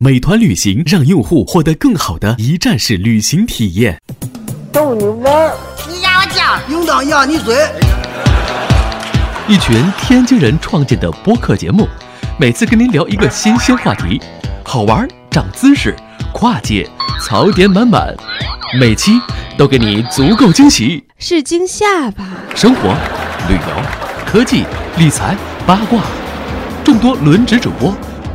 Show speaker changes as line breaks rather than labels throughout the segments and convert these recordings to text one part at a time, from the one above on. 美团旅行让用户获得更好的一站式旅行体验。
逗你玩儿，
你压我脚，
应当压你嘴。
一群天津人创建的播客节目，每次跟您聊一个新鲜话题，好玩、长姿势、跨界、槽点满满，每期都给你足够惊喜。
是惊吓吧？
生活、旅游、科技、理财、八卦，众多轮值主播，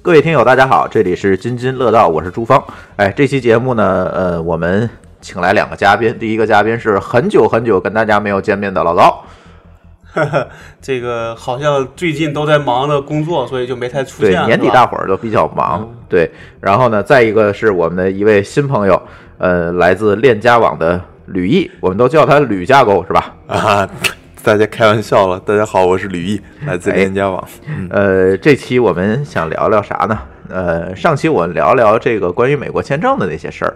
各位听友，大家好，这里是津津乐道，我是朱芳。哎，这期节目呢，呃，我们请来两个嘉宾，第一个嘉宾是很久很久跟大家没有见面的老高，
这个好像最近都在忙着工作，所以就没太出
对
现。，
年底
是吧嗯
大伙儿都比较忙，对。然后呢，再一个是我们的一位新朋友，呃，来自链家网的吕毅，我们都叫他吕架构，是吧？
啊，大家开玩笑了。大家好，我是吕毅，来自链家网。
哎
嗯
呃，这期我们想聊聊啥呢？呃，上期我们聊聊这个关于美国签证的那些事儿，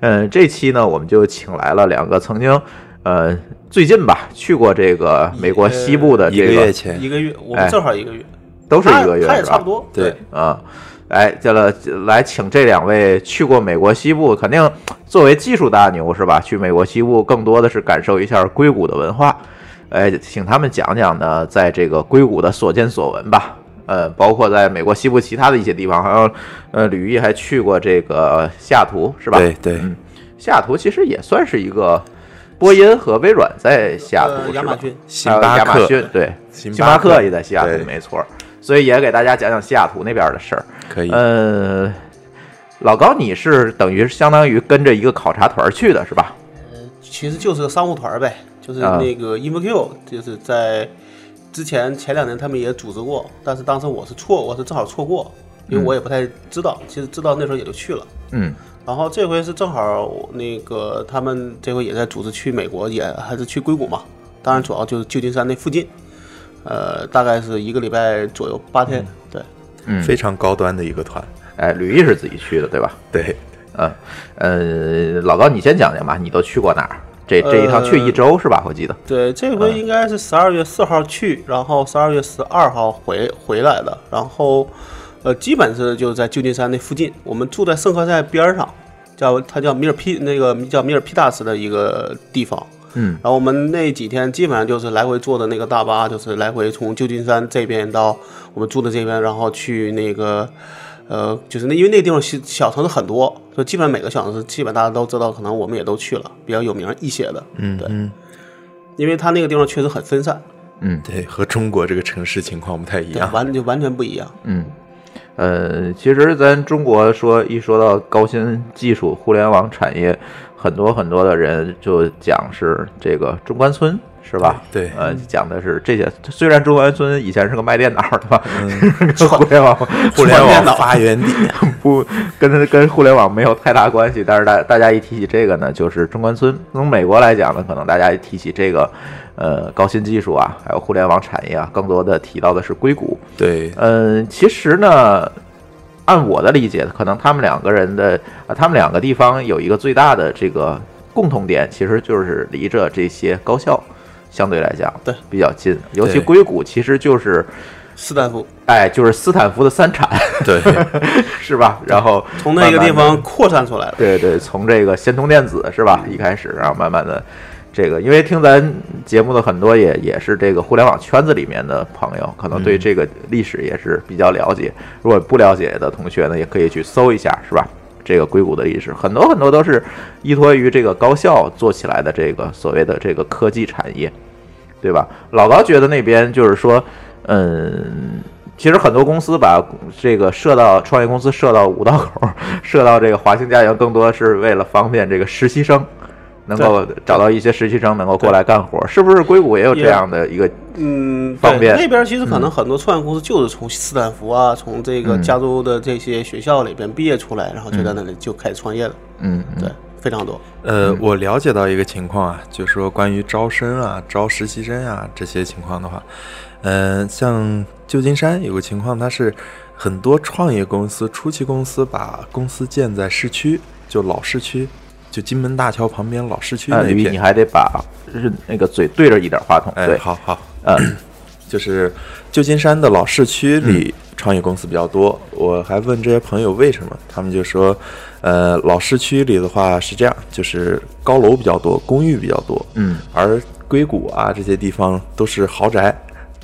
嗯、这期呢我们就请来了两个曾经，呃，最近吧去过这个美国西部的
一个
这
月
个，
前，
一个月，我
哎
们正好一个月，
都是一个
他他
月
也
是
差不
吧？
多。
对，
啊、来，这了来，请这两位去过美国西部，肯定作为技术大牛是吧？去美国西部更多的是感受一下硅谷的文化，哎，请他们讲讲呢，在这个硅谷的所见所闻吧。呃，包括在美国西部其他的一些地方，好像呃，吕毅还去过这个西雅图是吧？
对对
嗯，西雅图其实也算是一个波音和微软在西雅
呃，
图
亚
是吧
马？逊，
星
还有
巴
亚马
克，
逊，对，
星
星巴
巴克
克也在西雅
对
图，没错。所以也给大家讲讲西雅图那边的事儿。
可以。
呃，老高，你是等于是相当于跟着一个考察团儿去的是吧？
其实就是个商务团儿呗，就是
啊
那个 InfoQ，就是在之前前两年他们也组织过，但是当时我是错，我是正好错过，因为我也不太知道，其实知道那时候也就去了。
嗯，
然后这回是正好我那个他们这回也在组织去美国，也还是去硅谷嘛，当然主要就是旧金山那附近，呃，大概是一个礼拜左右，八天，对。
嗯
非常高端的一个团。
哎，吕毅是自己去的对吧？
对，
嗯，呃，老高，你先讲讲吧，你都去过哪儿？这这一趟
呃
去一周是吧？我记得。
对，这
嗯
回应该是十二月四号去，然后十二月十二号回回来的，然后，呃，基本是就在旧金山那附近，我们住在圣何塞边儿上，叫它叫米尔皮那个叫米尔皮达斯的一个地方，
嗯
然后我们那几天基本上就是来回坐的那个大巴，就是来回从旧金山这边到我们住的这边，然后去那个，呃，就是那因为那地方小小城市很多，所以基本上每个小城市基本大家都知道，可能我们也都去了，比较有名一些的，
嗯
对
嗯，
因为它那个地方确实很分散，
嗯
对，和中国这个城市情况不太一
对，
样。
完就完全不一样。
嗯。呃，其实咱中国说一说到高新技术、互联网产业，很多很多的人就讲是这个中关村，是吧？
对对
呃，讲的是这些。虽然中关村以前是个卖电脑的吧，
嗯
跟 互联 网互
互联
联
网
网
发源地，
不跟跟互联网没有太大关系，但是大大家一提起这个呢，就是中关村。从美国来讲呢，可能大家一提起这个，呃，高新技术啊，还有互联网产业啊，更多的提到的是硅谷。
对，
嗯，其实呢，按我的理解，可能他们两个人的，啊，他们两个地方有一个最大的这个共同点，其实就是离着这些高校相对来讲
对
比较近，尤其
对
硅谷其实就是，
斯坦福
哎，就是斯坦福的三产，
对，
是吧？然后
从那个地
慢慢
方
地，
扩散出来了，
对对，从这个仙童电子是吧？一开始，然后慢慢的。这个，因为听咱节目的很多也也是这个互联网圈子里面的朋友，可能对这个历史也是比较了解。如果不了解的同学呢，也可以去搜一下，是吧？这个硅谷的历史，很多很多都是依托于这个高校做起来的这个所谓的这个科技产业，对吧？老高觉得那边就是说，嗯，其实很多公司把这个设到创业公司设到五道口， 设到这个华兴家园，更多是为了方便这个实习生。能够找到一些实习生能够过来干活，是不是？硅谷也有这样的一个
嗯，
方
对，
便嗯
那边其实可能很多创业公司就是从斯坦福啊，从这个加州的这些学校里边毕业出来，然后就在那里就开始创业了。
嗯，嗯
对，非常多。
呃，
嗯
我了解到一个情况啊，就是说关于招生啊、招实习生啊这些情况的话，呃，像旧金山有个情况，它是很多创业公司、初期公司把公司建在市区，就老市区，就金门大桥旁边老市区
啊，
那一
李毅，
片。
你还得把是那个嘴对着一点话筒，
哎，
对，
好好，
嗯，
就是旧金山的老市区里
嗯
创业公司比较多。我还问这些朋友为什么，他们就说，呃，老市区里的话是这样，就是高楼比较多，公寓比较多，
嗯，
而硅谷啊这些地方都是豪宅，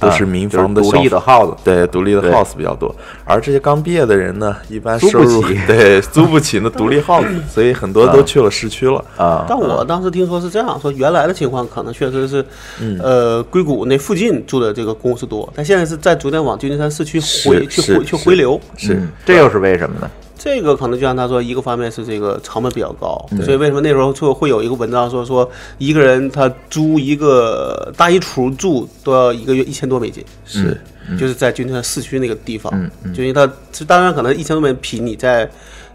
都是民
啊就是
房的
独
小
立的
房
耗子，
对，独立的
对
house 比较多，而这些刚毕业的人呢，一般
租
收
不
入
起
对租不起那独 立 house，所以很多都
嗯
去了市区了。
啊，
但我当时听说是这样说，原来的情况可能确实是，
嗯
呃，硅谷那附近住的这个公司多，但现在是在逐渐往旧金山市区回
是
去
是
回去
是
回流。
是
嗯这又是为什么呢？
这个可能就像他说，一个方面是这个成本比较高，所以为什么那时候就会有一个文章说说一个人他租一个大衣橱住都要一个月一千多美金，
是，
就是在旧金山市区那个地方，
嗯
就因为他这当然可能一千多美金比你在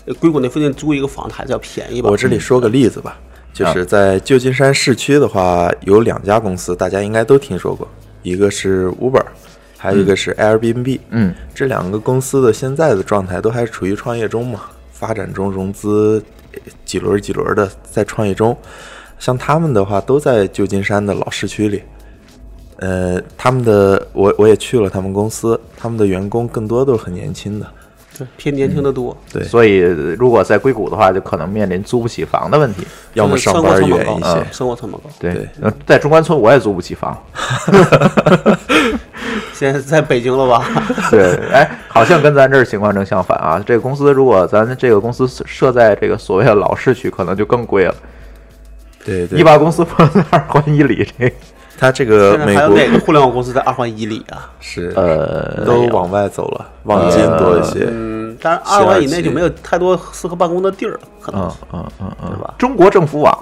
呃硅谷那附近租一个房子还是要便宜吧。
我这里说个例子吧，
啊
就是在旧金山市区的话，有两家公司，大家应该都听说过，一个是 Uber，还有一个是 Airbnb。
嗯，
这两个公司的现在的状态都还是处于创业中嘛，发展中融资呃几轮几轮的在创业中。像他们的话，都在旧金山的老市区里。呃，他们的我我也去了他们公司，他们的员工更多都是很年轻的。
对偏年轻的多，
对，
所以如果在硅谷的话，就可能面临租不起房的问题。
要么
就是
上
生活
班
成本
远一
高嗯
些，
生活成本高。
对
对，
呃在中关村我也租不起房。
现在在北京了吧？
对，哎，好像跟咱这儿情况正相反啊。这个公司如果咱这个公司设在这个所谓的老市区，可能就更贵了。
对对，
一把公司放在二环以里，这个
他这个
现在
呃美
还有
国
哪个互联网公司在二环以里啊？
是
呃
都往外走了，望京多一些。
嗯，当然二环以内
12
就没有太多适合办公的地儿了，可能
嗯嗯嗯嗯，
吧
中国政府网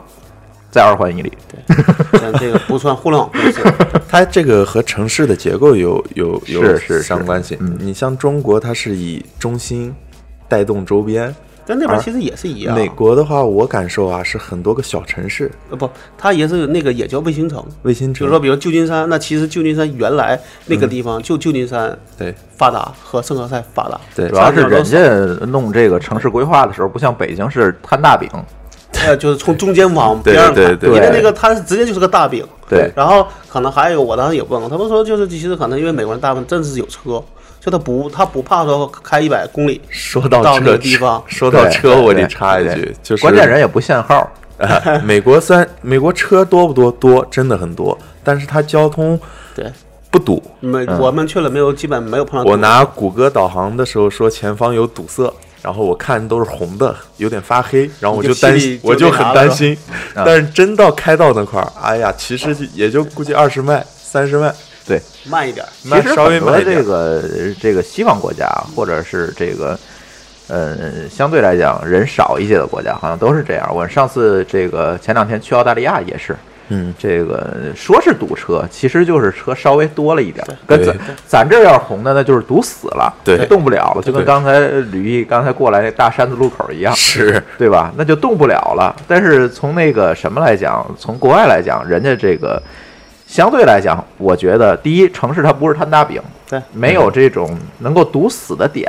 在二环以里，
像这个不算互联网公 司，
它这个和城市的结构有有有
是嗯是
相关性。你像中国，它是以中心带动周边。
但那
啊
边其实也是一样。
美国的话，我感受啊是很多个小城市，
呃不，它也是那个也叫卫星城。
卫星
比
城。
嗯
如说，比如旧金山，那其实旧金山原来那个地方，就旧金山
对
发达和圣何塞发达。
对
主要是
差点
人
都
家弄这个城市规划的时候，不像北京是摊大饼，
呃，就是从中间往
对
边上
对
看，
对
因为
对
那个它是直接就是个大饼。
对
然后可能还有一个，我当时也问过，他们说就是其实可能因为美国人大部分真的是有车，就他不他不怕说开一百公里。
说
到
到
那
这
个地方
说到
对
车，我
对
得插一
对
句，就是
关键人也不限号。
哎 美国虽然美国车多不多？多，真的很多，但是它交通
对，
不堵。
没
嗯
我们去了没有，基本没有碰到。
我拿谷歌导航的时候说前方有堵塞，然后我看都是红的，有点发黑，然后我
你就
担
心里
心，
就
我就
那啥
很
了啊
担
是吧
心。但是真到开到那块儿，哎呀，其实就也就估计二十迈、三十迈，
对，
慢一点，
慢
其实
稍微
很多
慢一点
这个这个西方国家，或者是这个呃相对来讲人少一些的国家，好像都是这样。我上次这个前两天去澳大利亚也是。
嗯，
这个说是堵车，其实就是车稍微多了一点儿，跟
对
咱咱这儿要是红的，那就是堵死了，
对
动不了了，就跟
对
刚才吕毅刚才过来那大山子路口一样，
是
对吧？那就动不了了。但是从那个什么来讲，从国外来讲，人家这个相对来讲，我觉得第一，城市它不是摊大饼，
对
没有这种能够堵死的点，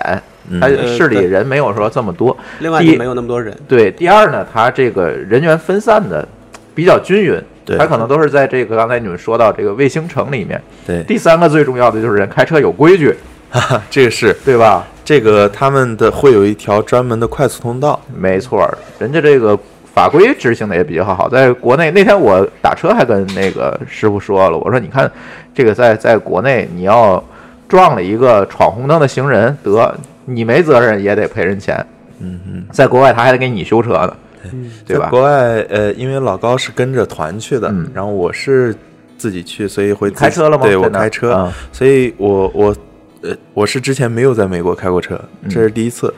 它市里
嗯呃对
人没有说这么多。
另外
第
也没有那么多人。
对，第二呢，它这个人员分散的比较均匀，
对
它可能都是在这个刚才你们说到这个卫星城里面。
对
第三个最重要的就是人开车有规矩，
啊这个是
对吧？
这个他们的会有一条专门的快速通道，
没错儿，人家这个法规执行的也比较好。在国内那天我打车还跟那个师傅说了，我说你看这个在在国内你要撞了一个闯红灯的行人，得你没责任也得赔人钱。嗯在国外他还得给你修车呢，对
在
吧？
国外，呃，因为老高是跟着团去的，
嗯
然后我是自己去，所以会自己
开车了吗
对我
在那儿
开车，
啊
所以我我呃我是之前没有在美国开过车，
嗯
这是第一次。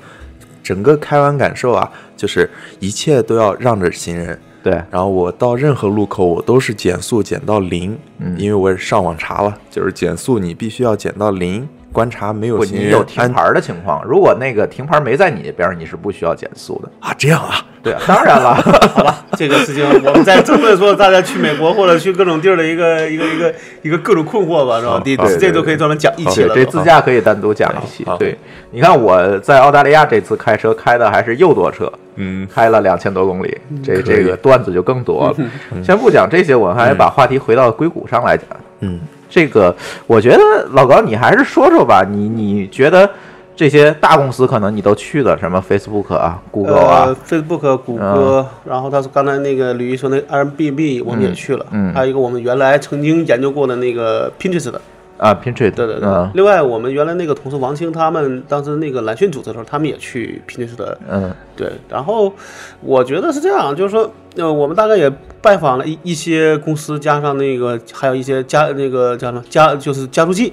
整个开完感受啊，就是一切都要让着行人。
对，
然后我到任何路口，我都是减速减到零，
嗯
因为我也上网查了，就是减速你必须要减到零，观察没有
不，
行
你
人
有停
安
牌的情况，如果那个停牌没在你这边，你是不需要减速的。
啊，这样啊，
对啊，当然了，
好吧， 这个事情我们再这么说，大家去美国或者去各种地儿的一个一个一个一个各种困惑吧，是吧？你
好对
这都可以专门讲一期
对，
了。
这
是吧
自驾可以单独讲一期
啊好。
对，你看我在澳大利亚这次开车开的还是右舵车，
嗯，
开了两千多公里，
嗯
这
可以
这个段子就更多了。先不讲这些，我还把话题回到硅谷上来讲。
嗯，
这个我觉得老高，你还是说说吧，你你觉得这些大公司可能你都去的，什么 Facebook 啊、Google 啊
呃，，Facebook、谷歌，然后他说刚才那个吕毅说那 Airbnb 我们也去了，
嗯嗯
还有一个我们原来曾经研究过的那个 Pinterest 的，
啊 Pinterest，
呃对对对。
嗯
另外，我们原来那个同事王兴他们当时那个蓝讯组织的时候，他们也去 Pinterest 的，
嗯
对，然后我觉得是这样，就是说，呃，我们大概也拜访了一一些公司，加上那个还有一些加那个叫什么加就是加速器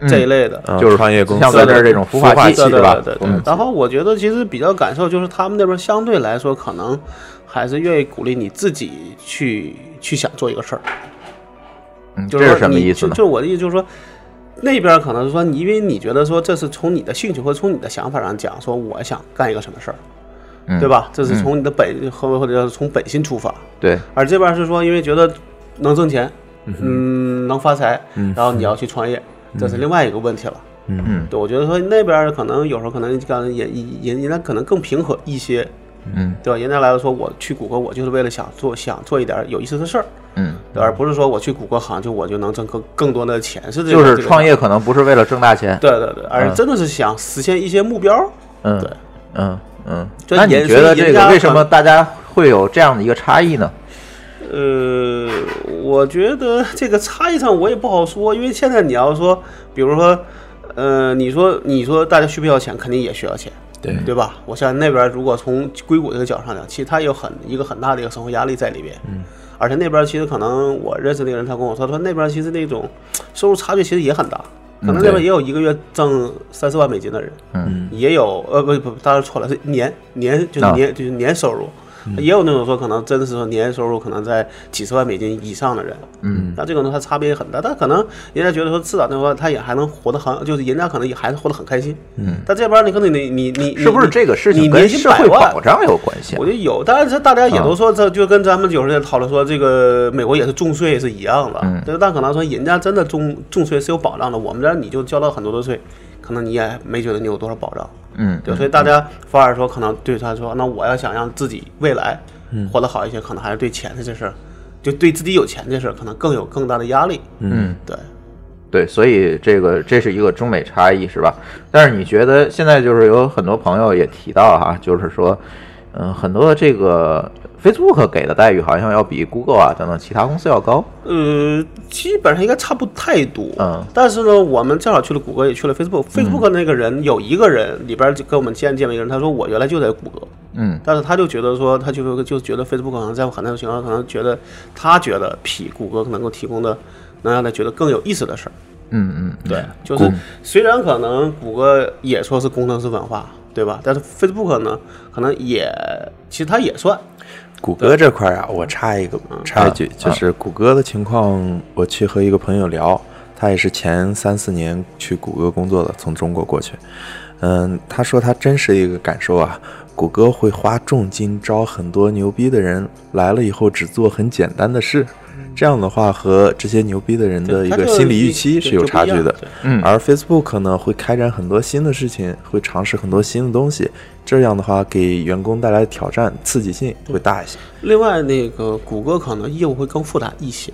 嗯
这一类的。
啊
就是
创业公司
像咱这儿这种孵化器
对
是
对
吧
对对对
嗯
然后我觉得其实比较感受就是他们那边相对来说可能还是愿意鼓励你自己去去想做一个事儿，
嗯，
就
这
是
是
说
什么
你
意思
就
呢？
就是我的意思就是说，那边可能是说你因为你觉得说这是从你的兴趣或者从你的想法上讲，说我想干一个什么事儿，
嗯
对？吧？这是从你的本或或者是从本心出发，
对，
而这边是说，因为觉得能挣钱，嗯，能发财，然后你要去创业，这是另外一个问题了。
嗯
对，我觉得说那边可能有时候可能刚才也也人家可能更平和一些，
嗯
对吧？人家来说，我去谷歌，我就是为了想做想做一点有意思的事儿，
嗯，
对而不是说我去谷歌好像就我就能挣更更多的钱，是这
就
个
是创。业可能不是为了挣大钱，
这个对对对，而
嗯
真的是想实现一些目标。
嗯
对，
嗯嗯。
就
那你
也
觉得
所以人
这个
家
为什
可
么大家会有这样的一个差异呢？
呃，我觉得这个差异上我也不好说，因为现在你要说，比如说，呃，你说你说大家需不需要钱，肯定也需要钱，
对
对吧？我想那边如果从硅谷这个角上讲，其实它有很一个很大的一个生活压力在里边，嗯，而且那边其实可能我认识那个人，他跟我说，他说那边其实那种收入差距其实也很大。可能那边
嗯对
也有一个月挣三四万美金的人，
嗯，
也有呃不不，当然错了，是 年年就是
啊嗯
年、就是年收入，也有那种说可能真的是说年收入可能在几十万美金以上的人，
嗯，
那这个呢，它差别也很大，但可能人家觉得说至少那块他也还能活得很，就是人家可能也还是活得很开心，嗯，但这边儿你可能你你你
是不是这个事
你
情
你
跟
年薪
社
百
会
万
保障有关系啊
我？觉得有，当然这大家也都说，这就跟咱们有时候在讨论说，这个美国也是重税是一样的，
嗯
对但可能说人家真的重重税是有保障的，我们这儿你就交了很多的税，可能你也没觉得你有多少保障，
嗯，
对，所以大家反而说可能对他说，那我要想让自己未来活得好一些，可能还是对钱的这事儿，就对自己有钱这事儿，可能更有更大的压力，
嗯，
对。
对，所以这个这是一个中美差异，是吧？但是你觉得现在就是有很多朋友也提到哈、就是说，嗯、很多这个 Facebook 给的待遇好像要比 Google 啊等等其他公司要高。
呃，基本上应该差不太多。
嗯
但是呢，我们正好去了谷歌，也去了 Facebook。Facebook 那个人、有一个人里边就跟我们见见面一个人，他说我原来就在谷歌，
嗯
但是他就觉得说，他就就觉得 Facebook 可能在很大的情况下，可能觉得他觉得比谷歌能够提供的，能让他觉得更有意思的事儿。
嗯嗯，
对，就是虽然可能谷歌也说是工程师文化，对吧？但是 Facebook 呢，可能也其实它也算，
谷歌这块儿啊，我插一个
嗯
啊插一句，哎就是谷歌的情况，我去和一个朋友聊，他也是前三四年去谷歌工作的，从中国过去。嗯，他说他真实一个感受啊，谷歌会花重金招很多牛逼的人，来了以后只做很简单的事，这样的话和这些牛逼的人的一
它
个
嗯就
心理预
一
期
就是
有
就不
差
一
距
样
的。
对
嗯
而 Facebook 呢会开展很多新的事情，会尝试很多新的东西，这样的话给员工带来的挑战刺激性会大一些。
另外，那个谷歌可能业务会更复杂一些，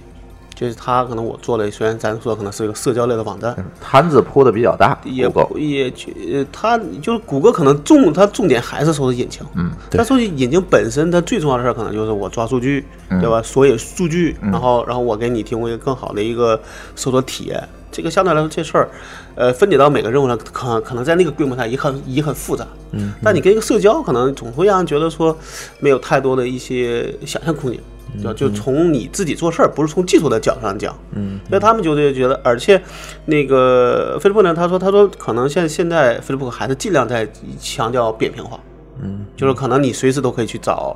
就是它可能我做了，虽然咱说可能是一个社交类的网站，
摊子铺的比较大
也
，Google。
也呃，它就是谷歌可能重它重点还是搜的引擎，嗯，
对
它搜集引擎本身，它最重要的事儿可能就是我抓数据，对吧？索引数据，然后然后我给你提供一个更好的一个搜索体验。这个相对来说，这事儿，呃，分解到每个任务上，可可能在那个规模下也很也很复杂。嗯，但你跟一个社交，可能总会让人觉得说没有太多的一些想象空间。对吧，就从你自己做事儿，不是从技术的角上讲。嗯，所以他们就就觉得，而且那个 Facebook 呢，他说他说可能现现在 Facebook 还是尽量在强调扁平化。嗯，就是可能你随时都可以去找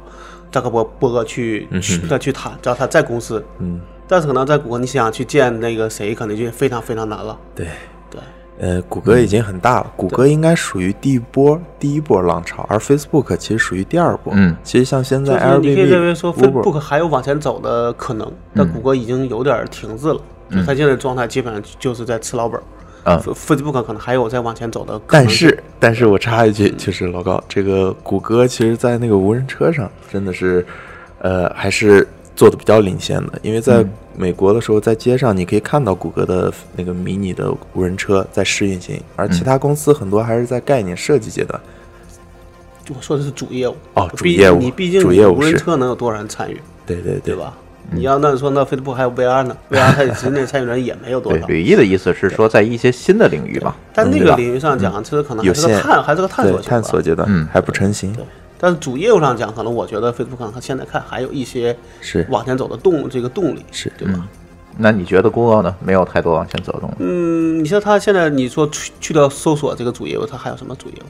扎克伯伯格去
嗯
去再去谈，只要他在公司。嗯，但是可能在谷歌，你想去见那个谁，可能就非常非常难了。
对，
对，
呃，谷歌已经很大了，谷歌应该属于第一波第一波浪潮，而 Facebook 其实属于第二波。
嗯
其实像现
就
在
是
Airbnb、
你可以认为说
Uber 嗯
Facebook 还有往前走的可能，但谷歌已经有点停滞了，就它现在状态基本上就是在吃老本儿。
嗯
Facebook 可能还有再往前走的可能
啊但
性，
是，但是我插一句，就是老高，这个谷歌其实，在那个无人车上真的是，呃，还是做的比较领先的。因为在美国的时候，在街上你可以看到谷歌的那个迷你的无人车在试运行，而其他公司很多还是在概念设计阶段。
我说的是主业务
哦
毕
主业务
你毕竟
主业务
无人
是
车能有多少人参与，
对对
对？
对
吧？你要那说那 Facebook 还有 VR 呢，VR 它实际参与人也没有多
对，
少。
吕毅的意思是说，在一些新的领域吧，
但那
对
个
吧
领域上讲，其实可能
嗯有
还是个
限
探，还是个探索
对探索
阶
阶段，
嗯
还不成型。
段。对，但是主业务上讲，可能我觉得 Facebook 可能现在看还有一些
是
往前走的动这个动力，
是
对吧？
那你觉得 Google 呢？没有太多往前走动了。
嗯，你说他现在你说去去掉搜索这个主业务，他还有什么主业务？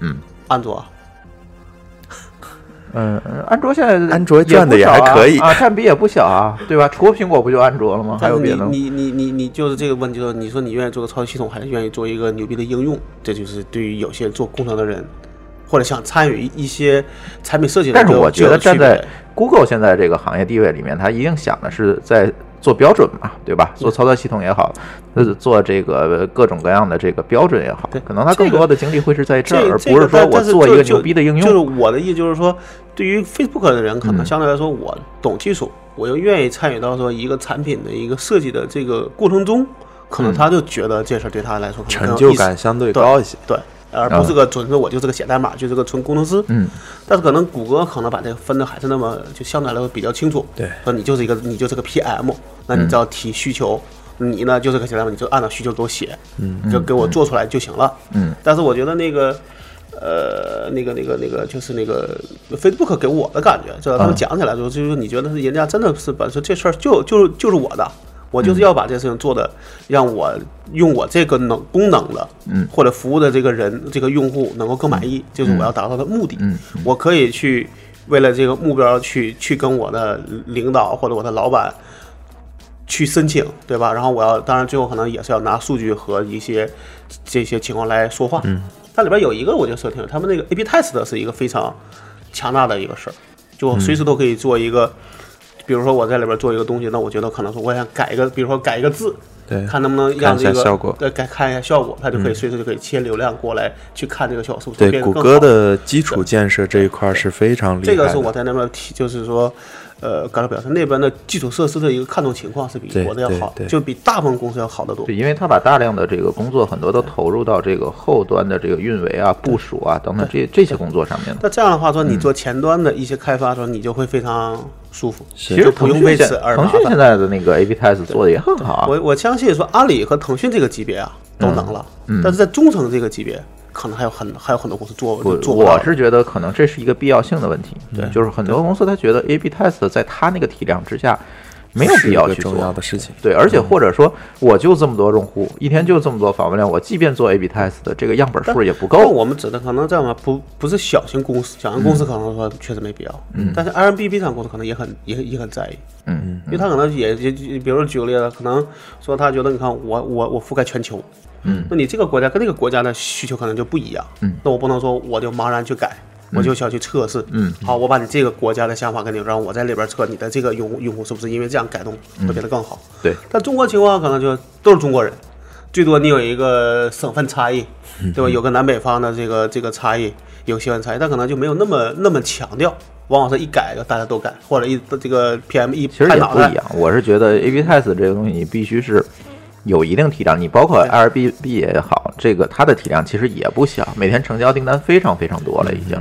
嗯，
安卓啊
嗯，嗯安卓现在
安卓赚得
也
也
不少啊
还可以
啊，占比也不小啊，对吧？除了苹果，不就安卓了吗？啊还
但
有
是
别
你
的吗？
你你你你就是这个问题了。你说你愿意做个操作系统，还是愿意做一个牛逼的应用？这就是对于有些做工程的人，或者想参与一些产品设计的
但
人
是
都有
我
区
觉
别，
得站在 Google 现在这个行业地位里面，它一定想的是在做标准嘛，对吧？做操作系统也好，呃做这个各种各样的这个标准也好
对，
可能它
这
更
个
多的精力会是在
这
儿，而
这
不
个
说
但
我
但是
做一
就
个
就
牛逼的应
就是
用。嗯
我的意思就是说，对于 Facebook 的人，可能相对来说我懂技术，我又愿意参与到说一个产品的一个设计的这个过程中，
嗯
可能他就觉得这事儿对他来说可能
成
更有
就
意思
感相对高一些。
对，而不是个纯粹我就是个写代码，就是个纯工程师。
嗯，
但是可能谷歌可能把这个分的还是那么就相对来说比较清楚。
对
说你就是一个你就是个 PM，那你只要提需求，你呢就是个写代码，你就按照需求给我写，嗯，就给我做出来就行了。
嗯，
但是我觉得那个。呃，那个、那个、那个，就是那个 Facebook 给我的感觉，就是
嗯
他们讲起来就就是你觉得是人家真的是把说这事儿就就是就是我的，我
嗯
就是要把这事情做的，让我用我这个能功能的，
嗯
或者服务的这个人这个用户能够更满意，就是我要达到的目的，
嗯
我可以去为了这个目标去去跟我的领导或者我的老板去申请，对吧？然后我要，当然最后可能也是要拿数据和一些这些情况来说话。嗯，它里边有一个我觉得挺有，他们那个 A/B test 是一个非常强大的一个事儿，就我随时都可以做一个，比如说我在里边做一个东西，那我觉得可能说我想改一个，比如说改一个字，
对，
看能不能
看
让
一下
这个
效果
对，改看一下效果，它就可以随时就可以切流量过来去看这个效果是不是
对
变得
谷
更好。
歌的基础建设这一块是非常厉害
这
的。
个是我在那边提，就是说，呃，刚才表示那边的基础设施的一个看重情况是比
对
国的要
对
好
对，
就比大部分公司要好得多
对，。因为它把大量的这个工作很多都投入到这个后端的这个运维啊、部署啊等等这这些工作上面了。
那这样的话说，你
嗯
做前端的一些开发的时候，你就会非常舒服，
其
就
实
不
腾
用
讯
为
现
此而
腾
麻
讯
烦
现。在的那个 A/B test 做的也很好啊。嗯
我我相信说阿里和腾讯这个级别啊都能了，但是在中层这个级别，可能还有很还有很多公司做
我
做不到
我。是觉得可能这是一个必要性的问题，对，就是很多公司他觉得 A/B test 在他那个体量之下没有
是
必
一
要
个
去
重要
做
的，事情。
对，
嗯
而且或者说我就这么多用户，一天就这么多访问量，我即便做 A/B test 的这个样本数也不
但
够，
我们指的可能这样吧，不不是小型公司，小型公司
嗯
可能说确实没必要，嗯，但是 r b b 上公司可能也很也也很在意，
嗯，
因为他可能也也，也比如说举个例子，可能说他觉得你看我我我覆盖全球，
嗯，
那你这个国家跟那个国家的需求可能就不一样，
嗯，
那我不能说我就茫然去改。我就想去测试，
嗯，
好，我把你这个国家的想法跟你，让我在里边测你的这个用户用户是不是因为这样改动
嗯
会变得更好？
对，
但中国情况可能就都是中国人，最多你有一个省份差异，
嗯
对吧？有个南北方的这个这个差异，有西方差异，但可能就没有那么那么强调。往往是一改就大家都改，或者一这个 PM 一
其实
拍
也
脑
不
袋
一，样。我是觉得 A/B test 这个东西你必须是。有一定体量，你包括 Airbnb 也好，这个它的体量其实也不小，每天成交订单非常非常多了，已经。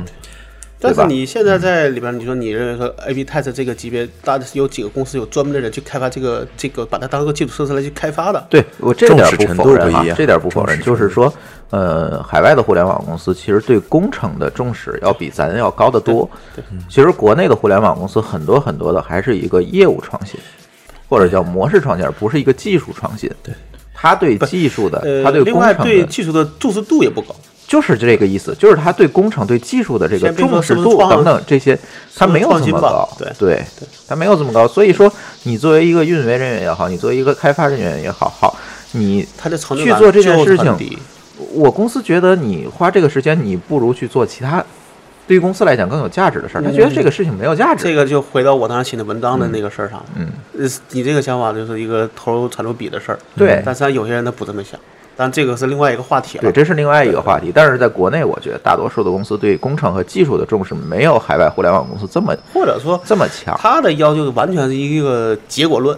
但
对
是
吧
你现在在里边，你说你认为说 A/B test 这个级别，大有几个公司有专门的人去开发这个这个，把它当做基础设施来去开发的？
对我这
重
点
视
不
程
否
度
认
不
啊
一，样
这点不否
重
认，
视
就是
程度
说，呃，海外的互联网公司其实对工程的重视要比咱要高得多。嗯其实国内的互联网公司很多很多的还是一个业务创新，或者叫模式创新，而不是一个技术创新。对，他对技术的，
呃
他，对
另
工
外
程
对
的，
技术的重视度也不高。
就是这个意思，就是他对工程、对技术的这个
先别说
重视
是不是
度
创
等等这些，他没有这么高
是不是创新吧。
对，他没有这么高。所以说，你作为一个运维人员也好，你作为一个开发人员也好，好，你
他的成就
去
感
做这件
就
事
很
情
低
我公司觉得你花这个时间，你不如去做其他对于公司来讲更有价值的事儿。他觉得这个事情没有价值。
这个就回到我当时写的文章的那个事儿上，
嗯，
呃你这个想法就是一个投入产出比的事儿，
对
但实际上有些人他不这么想，但这个是另外一个话题了。
对，这是另外一个话题。但是在国内，我觉得大多数的公司对工程和技术的重视没有海外互联网公司这么
或者说
这么强。
他的要求完全是一个结果论，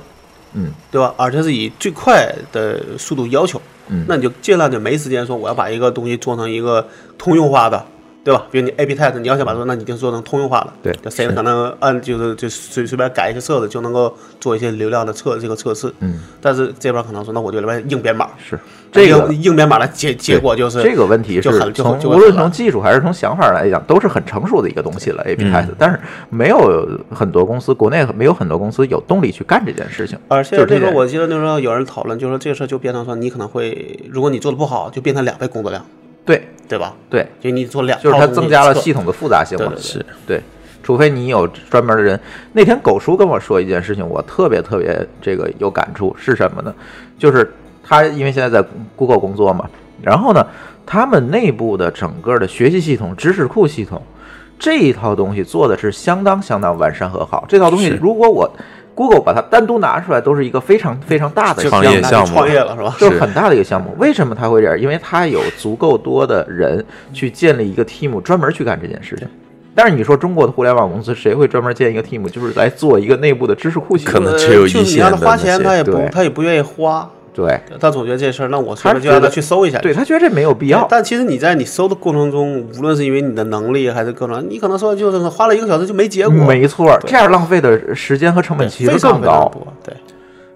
嗯
对吧？而且是以最快的速度要求，
嗯，
那你就尽量就没时间说我要把一个东西做成一个通用化的，对吧？比如你 A/B test，你要想把它做，那你就做成通用化的。
嗯对
就谁
是
可能按就是就随随便改一个设置就能够做一些流量的测这个测试。
嗯，
但是这边可能说，那我就里面硬编码，
是这个
硬硬编码的结结
对
果就是
这个问题
就是很就
从
很就
无论
很
从技术还是从想法来讲，都是很成熟的一个东西了。A/B
嗯
test，、但是没有很多公司，国内没有很多公司有动力去干这件事情。
而且
就是
啊这
这
个
点
我记得那时候有人讨论，就是说这个事儿就变成说你可能会，如果你做的不好，就变成两倍工作量，
对
对吧？
对，
就你做两套
就是它
东西
增加了
测
系统的复杂性嘛
哦对。对对
是
对，除非你有专门的人。那天狗叔跟我说一件事情，我特别特别这个有感触，是什么呢？就是他因为现在在 Google 工作嘛，然后呢，他们内部的整个的学习系统、知识库系统这一套东西做的是相当相当完善和好。这套东西
是
如果我 Google 把它单独拿出来，都是一个非常非常大的
就创业
项目
那就
项目啊
创业了是吧？
就是很大的一个项目。为什么他会这样？因为他有足够多的人去建立一个 team，专门去干这件事情。但是你说中国的互联网公司，谁会专门建一个 team，就是来做一个内部的知识库系
可
统？
能
呃
只有
就
一
是你
线
让他
的
花
那
钱，
些
他也不
对
他也不愿意花，
对，
他总觉得这事儿，那我是
他
不是就让
觉
他
得
去搜一下？
对他觉得这没有必要。
但其实你在你搜的过程中，无论是因为你的能力还是各种，你可能说就是花了一个小时就没结果，
没错，
对
这样浪费的时间和成本
对
其实
非常
更
非常
高。
多对，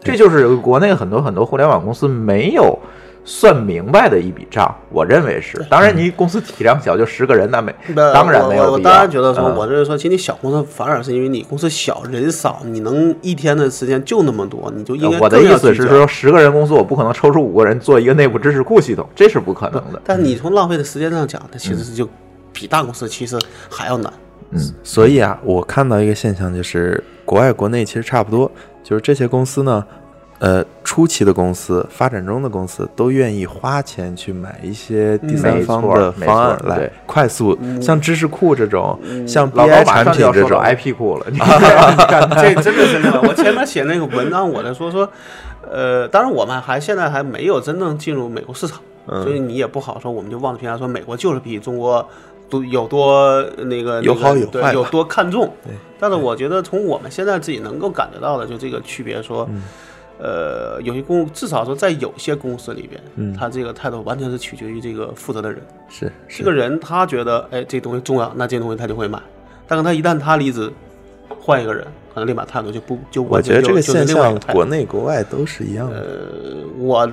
这就是国内很多很多互联网公司没有算明白的一笔账，我认为是。当然，你公司体量小，就十个人，那没
那
当然
我
没有必要。
嗯呃我当然觉得说，
嗯
我就是说，其实你小公司反而是因为你公司小人少，你能一天的时间就那么多，你就应该
呃我的
更
意
要
思
聚
是
焦
说，，十个人公司我不可能抽出五个人做一个内部知识库系统，这是不可能的。
但你从浪费的时间上讲，它其实
嗯
是就比大公司其实还要难。
所以啊，我看到一个现象，就是国外国内其实差不多，就是这些公司呢，呃，初期的公司、发展中的公司都愿意花钱去买一些第三
没
方
错
的
没
方案
错
来
对
快速，像知识库这种，像
老高
BI
马
产
上就
品
要
这
说到
种
IP 库 了，你
这真的是那个，我前面写那个文章，我在说说，呃，当然我们还现在还没有真正进入美国市场，
嗯
所以你也不好说，我们就妄自评价说美国就是比中国都有多那个
有
那个
好有
对
坏吧
有多看重。但是我觉得从我们现在自己能够感觉到的，就这个区别说。
嗯
呃，有些公至少说在有些公司里边，
嗯
他这个态度完全是取决于这个负责的人。
是是
这个人他觉得，哎，这东西重要，那这东西他就会买。但是他一旦他离职，换一个人，可能立马态度就不就
我
完
觉
全
得
就
这个
就是
现
另外一
象
个态度呃
国内国外都是一样的。
我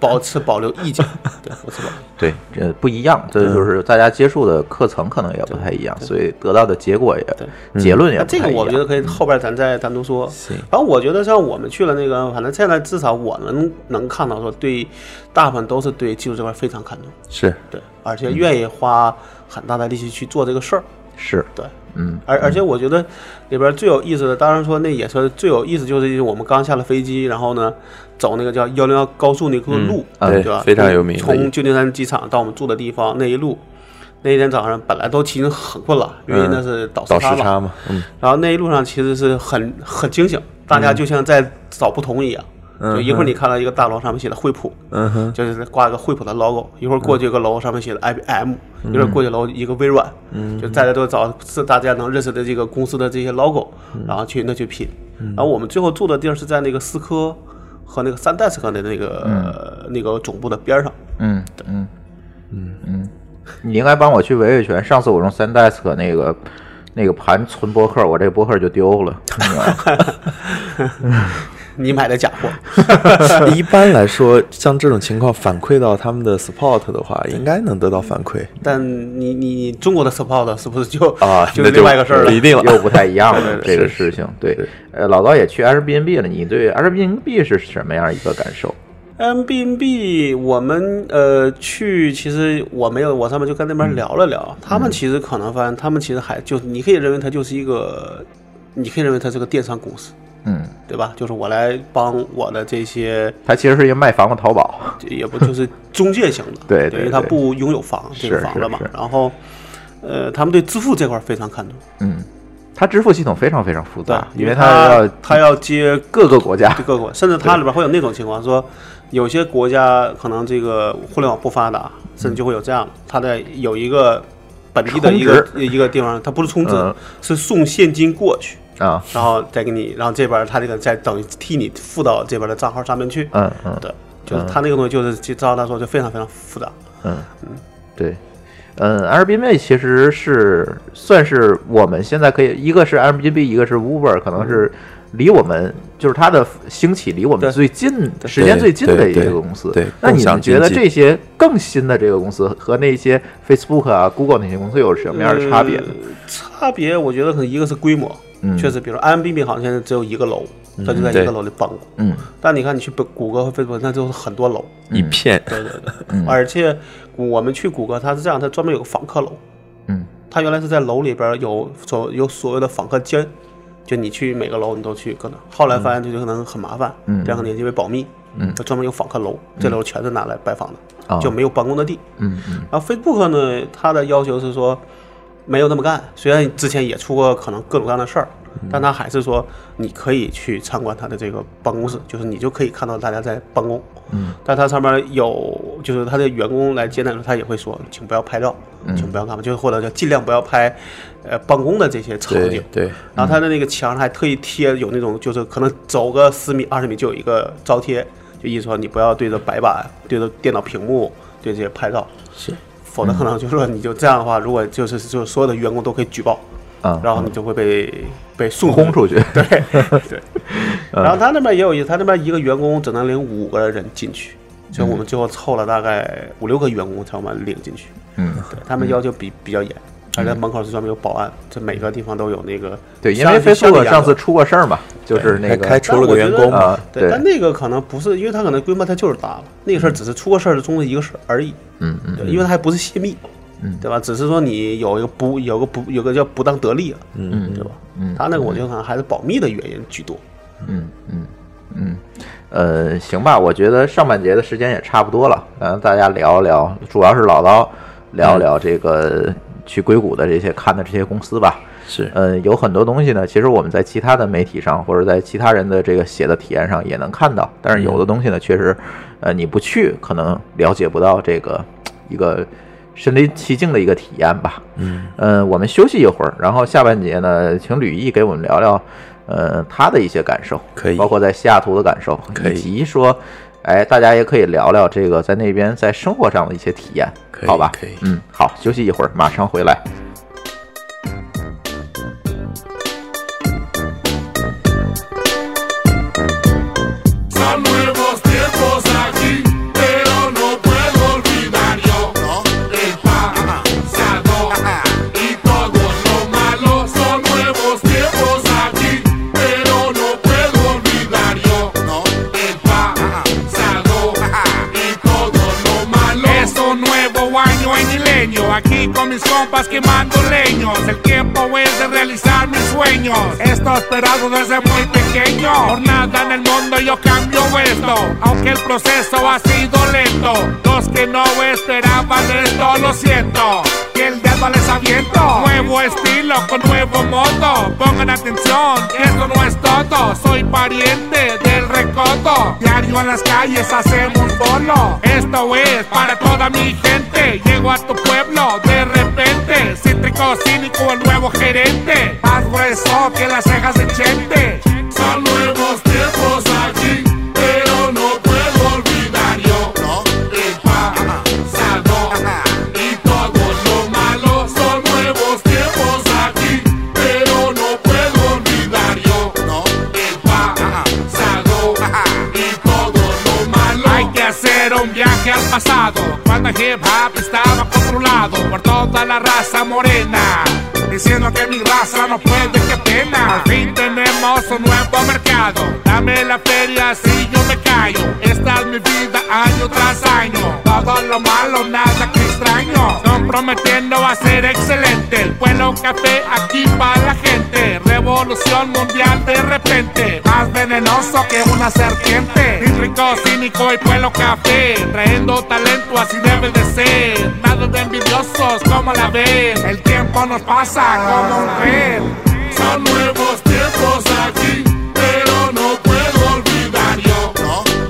保持保留 意见，对，我持保留。
对， 这呃嗯不一样，这就是大家接触的课程可能也不太一样，所以得到的结果也结论也
那
不
这个
太一
我觉
样。
得可以后边咱再单独说。反正我觉得像我们去了那个，反正现在至少我们能看到说，对大部分都是对技术这块非常看重，
是
对，而且愿意花很大的力气去做这个事儿，
是，
对。
嗯，
而而且我觉得里边最有意思的，当然说那也是最有意思，就是我们刚下了飞机，然后呢走那个叫幺零幺高速那个路，
嗯
对
对
吧？
非常有名的
从旧金山机场到我们住的地方那一路，那一天早上本来都其实很困了，因为
嗯
那是倒时
倒时
差嘛。
差嘛，嗯，
然后那一路上其实是很很清醒，大家就像在找不同一样。
嗯
就一会儿你看到一个大楼上面写的惠普，
嗯哼，嗯
就是挂一个惠普的 logo，一会儿过去一个楼上面写的 IBM，、一会儿过去楼一个微软，嗯、就大家都找是大家能认识的这个公司的这些 logo，、然
嗯
后去那去拼。然后我们最后住的地儿是在那个思科和那个三代斯科的那个、呃那个总部的边儿上。
嗯，嗯，嗯，嗯，你应该帮我去维维权。上次我用 SanDisk 那个那个盘存博客，我这博客就丢了。
你买的假货，
一般来说，像这种情况反馈到他们的 support 的话，应该能得到反馈
但你你你中国的 support 是不是就
啊，
就
那
是另外一个事儿了？
一定
又
了。
不太一样了
对
这个事情。 对，呃，老高也去 Airbnb 了，你对 Airbnb 是什么样一个感受？
Airbnb，我们呃去，其实我没有，我上面就跟那边聊了聊，
嗯
他们其实可能发现，他们其实还就你可以认为它就是一个，你可以认为它是个电商公司，
嗯，
对吧？就是我来帮我的这些，
它其实是一个卖房的淘宝，
也不就是中介型的，
对对
因为他
对
不拥有房这个
是
房
是
了嘛
是。
然后，呃，他们对支付这块儿非常看重，
嗯，它支付系统非常非常复杂，，
对
啊因为它
他
要
他要接
各个国家，
各国，甚至它里边会有那种情况，说有些国家可能这个互联网不发达，甚至就会有这样的，它在有一个本地的一个
充
一个地方，它不是充值，
嗯
是送现金过去，
啊，
然后再给你，然后这边它这个再等于替你付到这边的账号上面去，
嗯嗯
对，就是它那个东西就是就照他说就非常非常复杂，
嗯，对。嗯，Airbnb 其实是算是我们现在可以，一个是 Airbnb，一个是 Uber，可能是离我们就是它的兴起离我们
嗯对
最近、时间最近的一个公司。
对对对
那你
共
们
享经
觉得
济
这些更新的这个公司和那些 Facebook 啊、Google 那些公司有什么样的差别呢？
呃差别我觉得可能一个是规模，
嗯
确实，比如 m b b 好像现在只有一个楼，它就在一
对
个楼里办公。
嗯
但你看，你去本谷歌和 Facebook，那就是很多楼，
一片
对对对，而且我们去谷歌，它是这样，它专门有个访客楼，
嗯
它原来是在楼里边有所有所谓的访客间，就你去每个楼你都去，可能后来发现这就可能很麻烦，
嗯
这样可能因为保密，嗯，它专门有访客楼，这楼全是拿来拜访的，
啊
就没有办公的地。
嗯嗯
然后 Facebook 呢，它的要求是说没有那么干，虽然之前也出过可能各种各样的事儿，但它还是说你可以去参观它的这个办公室，就是你就可以看到大家在办公。嗯，但它上面有就是它的员工来接待的时候，他也会说，请不要拍照，请不要干嘛，就是或者叫尽量不要拍，呃，办公的这些场
对
景。
对，
然后它的那个墙上还特意贴有那种，就是可能走个十米、二十米就有一个招贴，就意思说你不要对着白板、对着电脑屏幕、对这些拍照，
是，
否则可能就是说你就这样的话，如果就是就是所有的员工都可以举报，
啊，
然后你就会被被送
轰出去。嗯
对对。然后他那边也有意思，他那边一个员工只能领五个人进去，所以我们最后凑了大概五六个员工才把我们领进去。
嗯，
对他们要求比比较严，而且门口是专门有保安，这每个地方都有那个。
对，因为
像像
Facebook
亚
上
洲
次出过事儿嘛，就是那
还
个
开除了个员工嘛，
啊，
对，但那个可能不是，因为他可能规模他就是大了，那个事儿只是出个事儿的中的一个事儿而已。
嗯嗯
对，因为它还不是泄密，
嗯
对吧？只是说你有一个不有个不有个叫不当得利啊，
嗯
对吧？
嗯
他那个我觉得可能还是保密的原因居多。
嗯嗯嗯，呃，行吧，我觉得上半节的时间也差不多了，咱大家聊一聊，主要是老刀聊一聊这个去硅谷的这些看的这些公司吧。
是
呃，有很多东西呢，其实我们在其他的媒体上，或者在其他人的这个写的体验上也能看到，但是有
嗯
的东西呢，确实，呃，你不去可能了解不到这个一个身临其境的一个体验吧。
嗯，
呃，我们休息一会儿，然后下半节呢，请吕毅给我们聊聊，呃，他的一些感受，
可以
包括在西雅图的感受，
可以
以及说，哎，大家也可以聊聊这个在那边在生活上的一些体验，
可以
好吧？
可以
嗯，好，休息一会儿，马上回来。
Son nuevos tiempos aquí, pero no puedo olvidar yo el pasado y todo lo malo. Son nuevos tiempos aquí, pero no puedo olvidar yo el pasado y todo lo malo. Es un nuevo año añileño, aquí con mis compas quemando leños. El tiempo es de realizar mis sueños. Esto esperado desde muy pequeño. Por nada en el mundo yo cambio esto, aunque el proceso ha sido lento. Los que no esperaban esto lo siento. Y el dedo les aviento. Nuevo estilo con nuevo modo. Pongan atención, que esto no es todo. Soy pariente del recodo. Diario en las calles hacemos bolo. Esto es para toda mi gente. Llego a tu pueblo de repente. Cítrico, cínico, el nuevo gerente. Más grueso que las cejas de Chente. Son nuevos tiempos aquí, pero no puedo olvidar yo. El pasado y todo lo malo son nuevos tiempos aquí, pero no puedo olvidar yo. El pasado y todo lo malo. Hay que hacer un viaje al pasado, cuando hip hop estaba controlado por toda la raza morena. Diciendo que mi raza no puede, qué pena. Al fin tenemos un nuevo mercado. Dame la feria si yo me callo. Esta es mi vida año tras año. Todo lo malo, nada que extraño. Comprometiendo a ser excelente. El pueblo café aquí para la gente. Revolución campeón mundial de repente, más venenoso que una serpiente. Y rico, cínico y pueblo café, trayendo talento así debe de ser. Nada de envidiosos como la vez, el tiempo nos pasa como un red. Son nuevos tiempos aquí, pero no puedo olvidar yo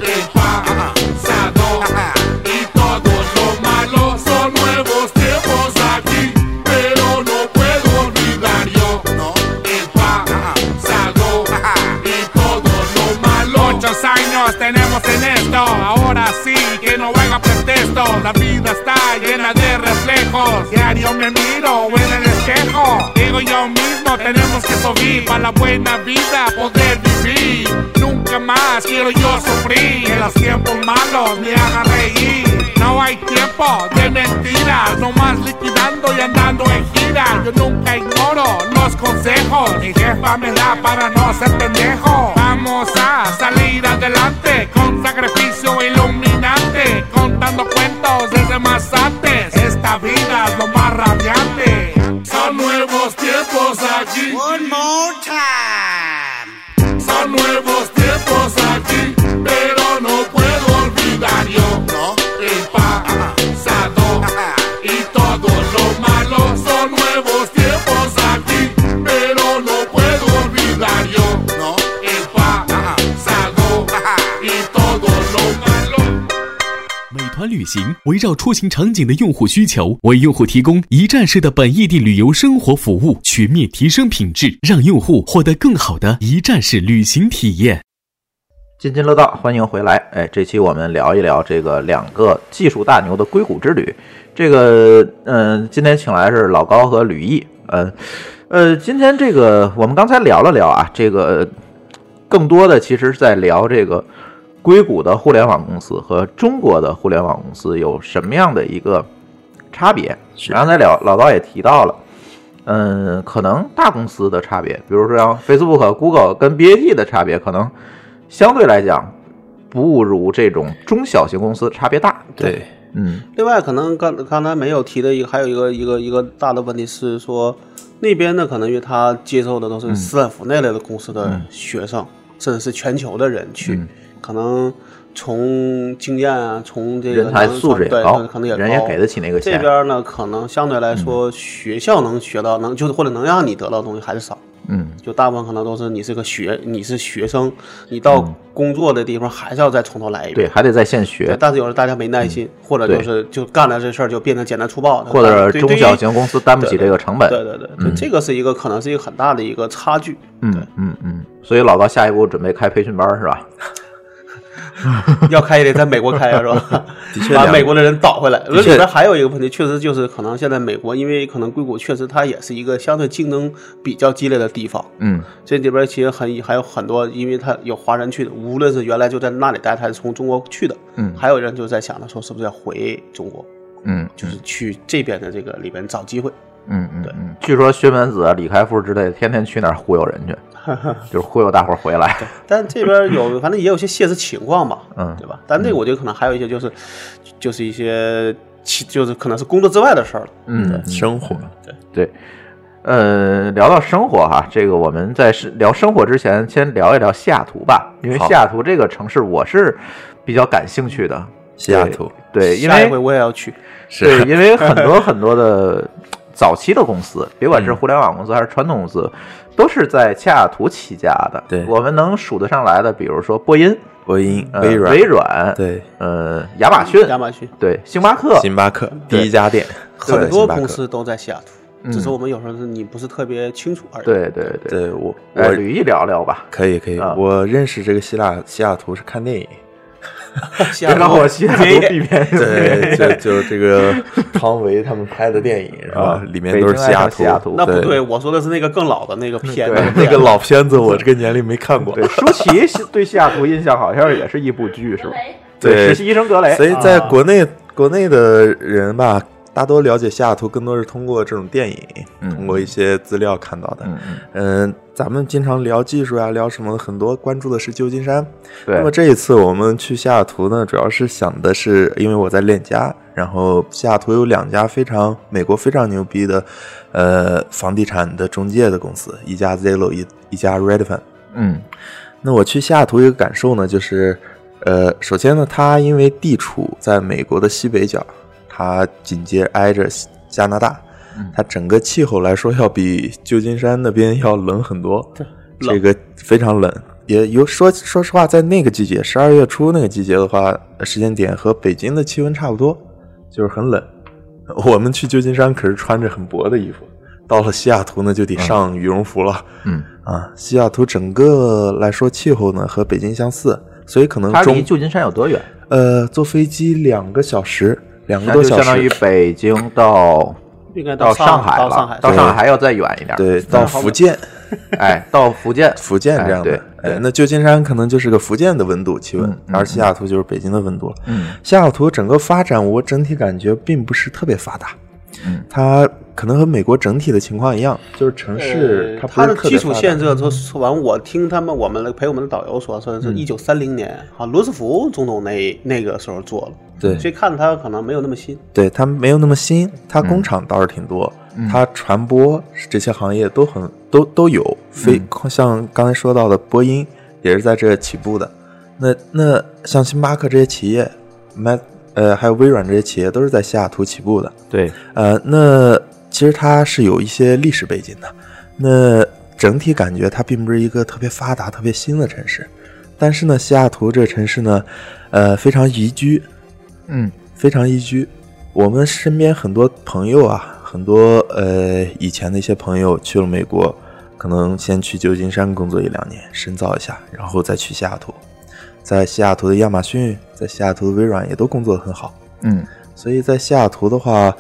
el pasado y todo lo malo. Son nuevos tiempos aquí, pero no puedo olvidar yo el pasado y todo lo malo. Muchos años tenemos en esto, ahora sí que no haga pretexto. La vida está llena de reflejos, diario me miro en el espejo. Digo yo mismo, tenemos que subir para la buena vida poder vivir. Nunca más quiero yo sufrir. En los tiempos malos me haga reír. No hay tiempo de mentiras, nomás liquidando y andando en gira. Yo nunca ignoro los consejos, mi jefa me da para no ser pendejo. Vamos a salir adelante con sacrificio iluminante, contando cuentos desde más antes. Esta vida es lo más radiante. Son nuevos tiempos aquí.
One more time.
Son nuevos tiempos aquí, pero no puedo olvidar yo el pasado y todo lo malo. Son nuevos tiempos aquí, pero no puedo olvidar yo el pasado y todo lo malo.
美团旅行围绕出行场景的用户需求，为用户提供一站式的本异地旅游生活服务，全面提升品质，让用户获得更好的一站式旅行体验。
津津乐道，欢迎回来。哎，这期我们聊一聊这个两个技术大牛的硅谷之旅。这个，嗯、今天请来是老高和吕毅。嗯、呃，今天这个我们刚才聊了聊啊，这个呃更多的其实是在聊这个硅谷的互联网公司和中国的互联网公司有什么样的一个差别。刚才聊老高也提到了。嗯，可能大公司的差别，比如说像 Facebook、Google 跟 BAT 的差别，可能相对来讲不如这种中小型公司差别大。
对，
嗯，
另外，可能刚刚才没有提的一个，还有一个一个一个大的问题是说，那边呢，可能因为他接受的都是斯坦福那类的公司的学生，甚至是全球的人去，
嗯
可能从经验啊，从这个
人才嗯素质也
对
高，
可能也高，
人也给得起那个
这
钱。
边呢，可能相对来说，学校能学到能就是或者能让你得到的东西还是少，
嗯，
就大部分可能都是你是个学你是学生，你到工作的地方还是要再从头来一遍。
嗯对，还得在线学，
但是有时候大家没耐心，或者
对
就是就干了这事儿就变得简单粗暴，
或者
对
中小型公司担不起这个成本。
对对对对对，这个是一个可能是一个很大的一个差距。
嗯嗯嗯。所以老高下一步准备开培训班是吧？
要开也得在美国开啊，是吧？
的确
把
两
美国的人倒回来。而
确
里边还有一个问题，确实就是可能现在美国，因为可能硅谷确实它也是一个相对竞争比较激烈的地方，
嗯
这里边其实很还有很多，因为它有华人去的，无论是原来就在那里待，还是从中国去的，
嗯
还有人就在想着说是不是要回中国，
嗯，
就是去这边的这个里边找机会。
嗯嗯嗯。据说薛门子、李开复之类，天天去那儿忽悠 人去，就是忽悠大伙儿回来。
但这边有，反正也有些现实情况吧，
嗯
对吧？但这个我觉得可能还有一些就是，就是一些其就是可能是工作之外的事儿了。
嗯，
生活
对，呃，聊到生活哈，这个我们在是聊生活之前，先聊一聊西雅图吧，因为西雅图这个城市我是比较感兴趣的。
西雅图
对，因
下一回
为
我也要去，
对， 因为很多很多的早期的公司，别
嗯
管是互联网公司还是传统公司，都是在西雅图起家的。
对
我们能数得上来的，比如说波音、
波音、
呃、
微软、
微软，
对，
呃，亚马逊，
亚马逊
对，星巴克，
星巴克
对
第一家店，
很
星
多
巴克
公司都在西雅图，只是我们有时候是你不是特别清楚而已。，
嗯 对对对。
对我
哎，
我
吕毅聊聊吧，
可以可以
啊，
我认识这个希腊西雅图是看 电影，
西
别
雅
让
图
我西雅图避免
对，就就这个汤唯他们拍的电影，然后啊里面都是西雅
啊北京爱上西雅图
那不对，
对
我说的是那个更老的那个片
对
子，
那个老片子，我这个年龄没看过
对，。舒淇西对西雅图印象好像也是一部剧，是吧？
对
实习医生格雷。
所以
啊
在国内国内的人吧，大多了解西雅图更多是通过这种电影，
嗯
通过一些资料看到的。
嗯嗯，
嗯，咱们经常聊技术呀、聊什么的，很多关注的是旧金山。
对
那么这一次我们去西雅图呢，主要是想的是，因为我在链家，然后西雅图有两家非常美国非常牛逼的，呃，房地产的中介的公司，一家 Zillow，一一家 Red Fan。
嗯
那我去西雅图一个感受呢，就是，呃，首先呢，它因为地处在美国的西北角，它紧接挨着西加拿大
嗯，
它整个气候来说要比旧金山那边要冷很多，这个非常冷。也有说说实话，在那个季节，十二月初那个季节的话，呃时间点和北京的气温差不多，就是很冷。 我们去旧金山可是穿着很薄的衣服，到了西雅图呢就得上羽绒服了。
嗯，
啊，西雅图整个来说气候呢和北京相似，所以可能
它离
中
旧金山有多远？
呃坐飞机两个小时，两个
那
多
就
小
相当于
时，
北京到
应该
到
上
海
到
了，
上海，
到
上
上海还要再远一点。
对，到福建，
哎，到福建，
福建这样的。
哎对
哎那旧金山可能就是个福建的温度气温，
嗯嗯
而西雅图就是北京的温度了。
嗯
西雅图整个发展，我整体感觉并不是特别发达，
嗯
它可能和美国整体的情况一样，就是城市
呃
它不
它
是
的
特别
基础
发达
建设，说说完，我听他们我们的陪我们的导游说，说是
嗯
一九三零年啊，罗斯福总统那那个时候做了，
对
所以看它可能没有那么新。
对它没有那么新，它工厂倒是挺多，它传播这些行业都很都都有，非、像刚才说到的播音也是在这起步的。那那像星巴克这些企业，麦呃还有微软这些企业都是在西雅图起步的。
对，
呃，那其实它是有一些历史背景的。那整体感觉它并不是一个特别发达、特别新的城市，但是呢，西雅图这个城市呢，呃，非常宜居，
嗯
非常宜居。我们身边很多朋友啊，很多呃以前的一些朋友去了美国，可能先去旧金山工作一两年，深造一下，然后再去西雅图。在西雅图的亚马逊，在西雅图的微软也都工作得很好。
嗯
所以在西雅图的话，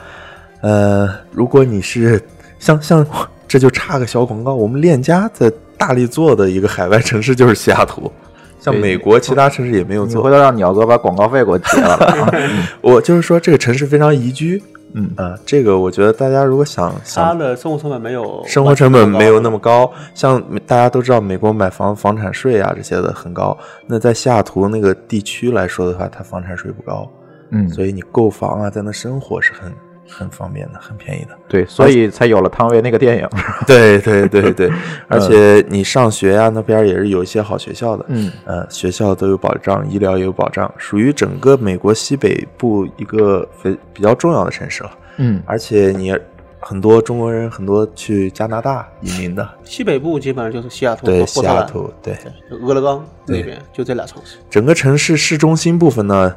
呃，如果你是像像这就差个小广告，我们链家在大力做的一个海外城市就是西雅图，像
对
美国其他城市也没有
你回
做。
头让鸟哥把广告费给我结了吧。
我就是说这个城市非常宜居
嗯
啊、这个我觉得大家如果想
它
想
的生活成本没有
嗯生活成本没有那么高，像大家都知道美国买房房产税啊这些的很高，那在西雅图那个地区来说的话，它房产税不高，
嗯，
所以你购房啊在那生活是很很方便的，很便宜 的。
对，所以才有了汤唯那个电影。
对对对对，而且你上学呀、那边儿也是有一些好学校的，
嗯
呃，学校都有保障，医疗也有保障，属于整个美国西北部一个非比较重要的城市了。
嗯，
而且你很多中国人，很多去加拿大移民的，
西北部基本上就是西雅图
对
和
西
波特
雅
兰、
图，对
就俄勒冈那边，就这俩城市。
整个城市市中心部分呢，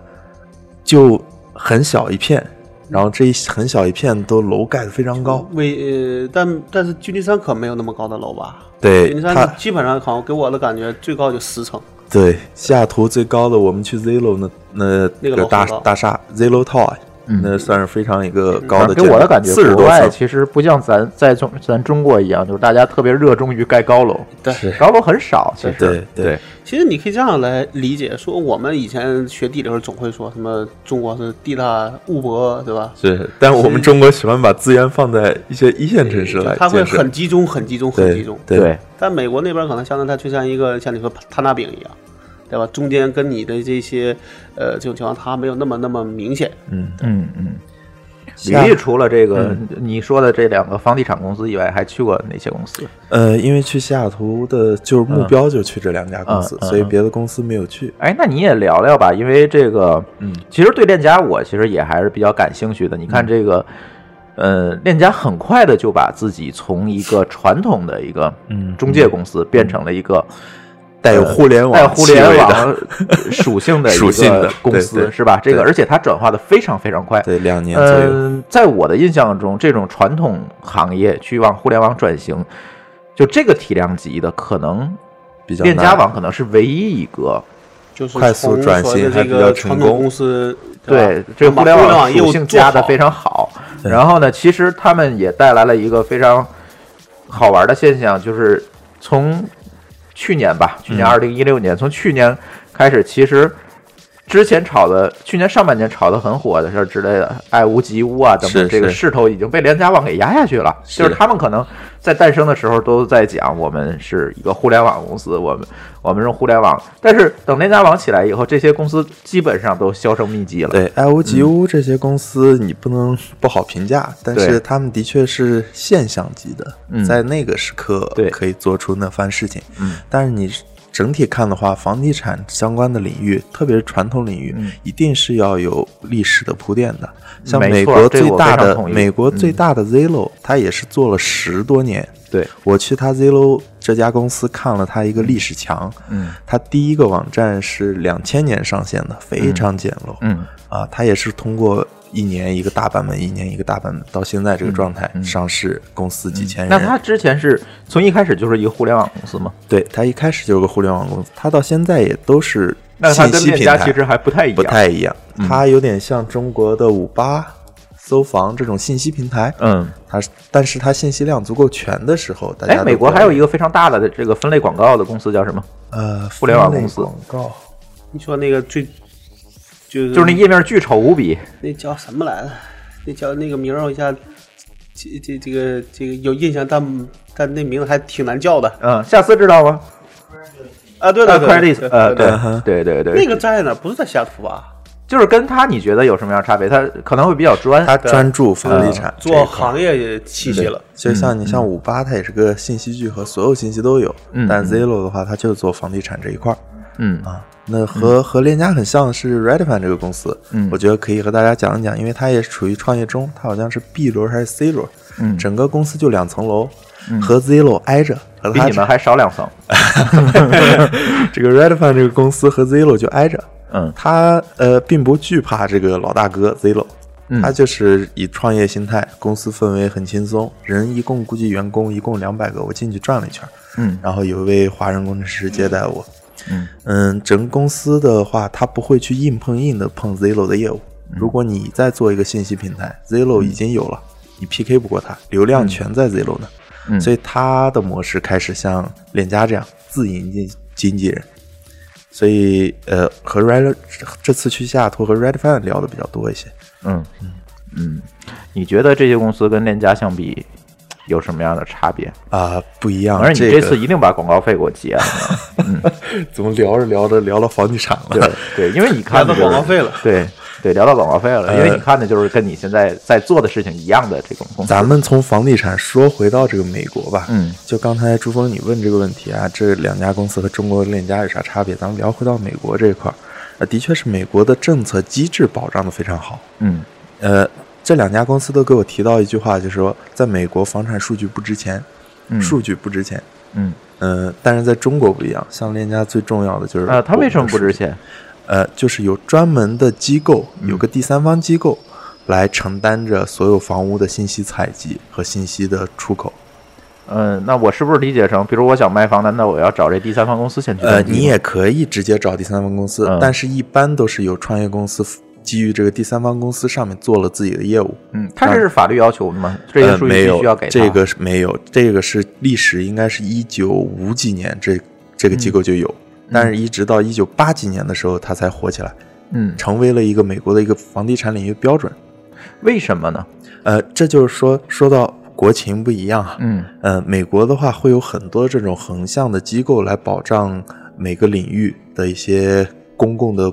就很小一片，然后这一很小一片都楼盖得非常高，
为呃，但但是旧金山可没有那么高的楼吧？旧
对
金
它
山基本上好像给我的感觉最高就十层，
对，西雅图最高的，我们去 Zillow 那那
那个
个
楼
大
很高
大厦 Zillow Tower，、那算是非常一个高的
给
建筑，
我的感觉，
四十
国
多
外
层，
其实不像咱在中咱中国一样，就是大家特别热衷于盖高楼，
对
是
高楼很少，其实
对对
对，
其实你可以这样来理解，说我们以前学地理的时候总会说什么中国是地大物博，对吧？
是，但我们中国喜欢把资源放在一些一线城市
就
来
它会
建设，
很集中，很集中，很集
对
中。
对
对
但美国那边可能相当于它就像一个像你说摊大饼一样，对吧？中间跟你的这些呃这种情况，它没有那么那么明显。
嗯，
嗯嗯。
西
李
雅
毅除了这个你说的这两个房地产公司以外，还去过哪些公司？
呃，因为去西雅图的就是目标就去这两家公司，
嗯嗯嗯
所以
嗯
别的公司没有去。
哎，那你也聊聊吧，因为这个，
嗯，
其实对链家我其实也还是比较感兴趣的。你看这个，呃，链家很快的就把自己从一个传统的一个
嗯
中介公司变成了一个
带有
呃
互联网
带互联
气味的
网 属性的一
属性
个
的
公
对
司
对
是吧？这个
对
而且它转化的非常非常快，
对，两年左右。
嗯，在我的印象中，这种传统行业去往互联网转型，就这个体量级的，可能
比较
链家
难
网可能是唯一一个
就是
快速
从
转
所谓
型
的
还
这
比较
个
成
传统
功
公司，
对
吧
这互
把
联
网业
属
务
性
做
加的
好
非常好。然后呢，其实他们也带来了一个非常好玩的现象，就是从去年吧，去年二零一六年，从去年开始，其实之前炒的，去年上半年炒的很火的事儿之类的，爱屋及乌啊等
是
等，这个
是
势头已经被联家网给压下去了。
是
就是他们可能在诞生的时候都在讲，我们是一个互联网公司，我们我们用互联网，但是等联家网起来以后，这些公司基本上都销声匿迹了。
对，爱屋及乌这些公司你不能不好评价，但
嗯对
是他们的确是现象级的，
嗯
在那个时刻
对
可以做出那番事情。
嗯
但是你整体看的话，房地产相关的领域，特别是传统领域，
嗯
一定是要有历史的铺垫的。像
没
美
错
国
这
最
我非
大
常
的
同意
美国最
嗯
大的 Zillow，、它也是做了十多年。
对，
我去他 Zillow 这家公司看了他一个历史墙，
嗯
他第一个网站是两千年上线的，非常简陋。
嗯
啊，它也是通过一年一个大版本，一年一个大版本，到现在这个状态，上市公司几千人。
嗯那他之前是从一开始就是一个互联网公司吗？
对它一开始就是个互联网公司，它到现在也都是
那他
信
跟
息
链
平
家
台，
其实还嗯不太一样。
不太一样，它有点像中国的五八、搜房这种信息平台。
嗯，
它但是它信息量足够全的时候，大家
哎，
都
美国
不
还有一
个
个非常大的这个分类广告的公司叫什么？
呃
互联网公司
分类广告。
你说那个最就是
就是那页面巨丑无比，
那叫什么来着？那叫那个名儿，我一下这这这个这个有印象，但但那名字还挺难叫的
嗯，夏思知道吗？
啊。对
呃
了，对了
，credit，呃，
嗯
对了，
对对对对，
那个在哪儿？不是在西雅图吧？
就是跟他你觉得有什么样的差别？他可能会比较专，呃
它专注房地产这一
做
块
行业也气息了。
就像你像五八，它也是个信息聚合，所有信息都有。
嗯
但
嗯
Zillow 的话，它就是做房地产这一块儿
嗯
啊。那和、和链家很像是 Redfin 这个公司，
嗯
我觉得可以和大家讲一讲，因为它也是处于创业中，它好像是 B 轮还是 C 轮，
嗯
整个公司就两层楼，和 Zillow 挨着，和
比
它
你们还少两层，
这个 Redfin 这个公司和 Zillow 就挨着，
嗯
他呃并不惧怕这个老大哥 Zero，、
嗯
他就是以创业心态，公司氛围很轻松，人一共估计员工一共两百个，我进去转了一圈，
嗯
然后有一位华人工程师接待我，
嗯
嗯，整个公司的话，他不会去硬碰硬的碰 Zero 的业务。
嗯
如果你再做一个信息平台，Zero 已经有了，你 PK 不过他，流量全在 Zero 呢，
嗯
所以他的模式开始像链家这样自营经经纪人。所以呃，和 Red 这次去西雅图和 Redfin 聊的比较多一些。
嗯嗯，你觉得这些公司跟链家相比有什么样的差别？
啊、不一样。
反正你
这
这次
个
一定把广告费给我结了，
怎么聊着聊着聊到房地产了？
对对，因为你看
聊到
就是
广告费了
对对，聊到广告费
哎
了，因为你看的就是跟你现在在做的事情一样的这种公司，
咱们从房地产说回到这个美国吧。
嗯，
就刚才朱峰你问这个问题啊，这两家公司和中国的链家有啥差别？咱们聊回到美国这一块儿，呃，的确是美国的政策机制保障的非常好。
嗯
呃，这两家公司都给我提到一句话，就是说，在美国房产数据不值钱，
嗯
数据不值钱。
嗯，
呃，但是在中国不一样，像链家最重要的就是
啊，它为什么不
我
值
们的数据？
钱？嗯
呃，就是有专门的机构，有个第三方机构来承担着所有房屋的信息采集和信息的出口。
嗯，那我是不是理解成，比如我想卖房，难道我要找这第三方公司先去登
呃，
记吗？
你也可以直接找第三方公司，
嗯
但是一般都是有创业公司基于这个第三方公司上面做了自己的业务。
嗯，它这是法律要求的吗？这些
呃，
数
没
据必
有
须要给他
这个是没有，这个是历史应该是一九五几年这这个机构就有，但是一直到一九八几年的时候它才火起来，
嗯，
成为了一个美国的一个房地产领域标准。
为什么呢？
呃，这就是说说到国情不一样啊。
嗯
呃，美国的话会有很多这种横向的机构来保障每个领域的一些公共的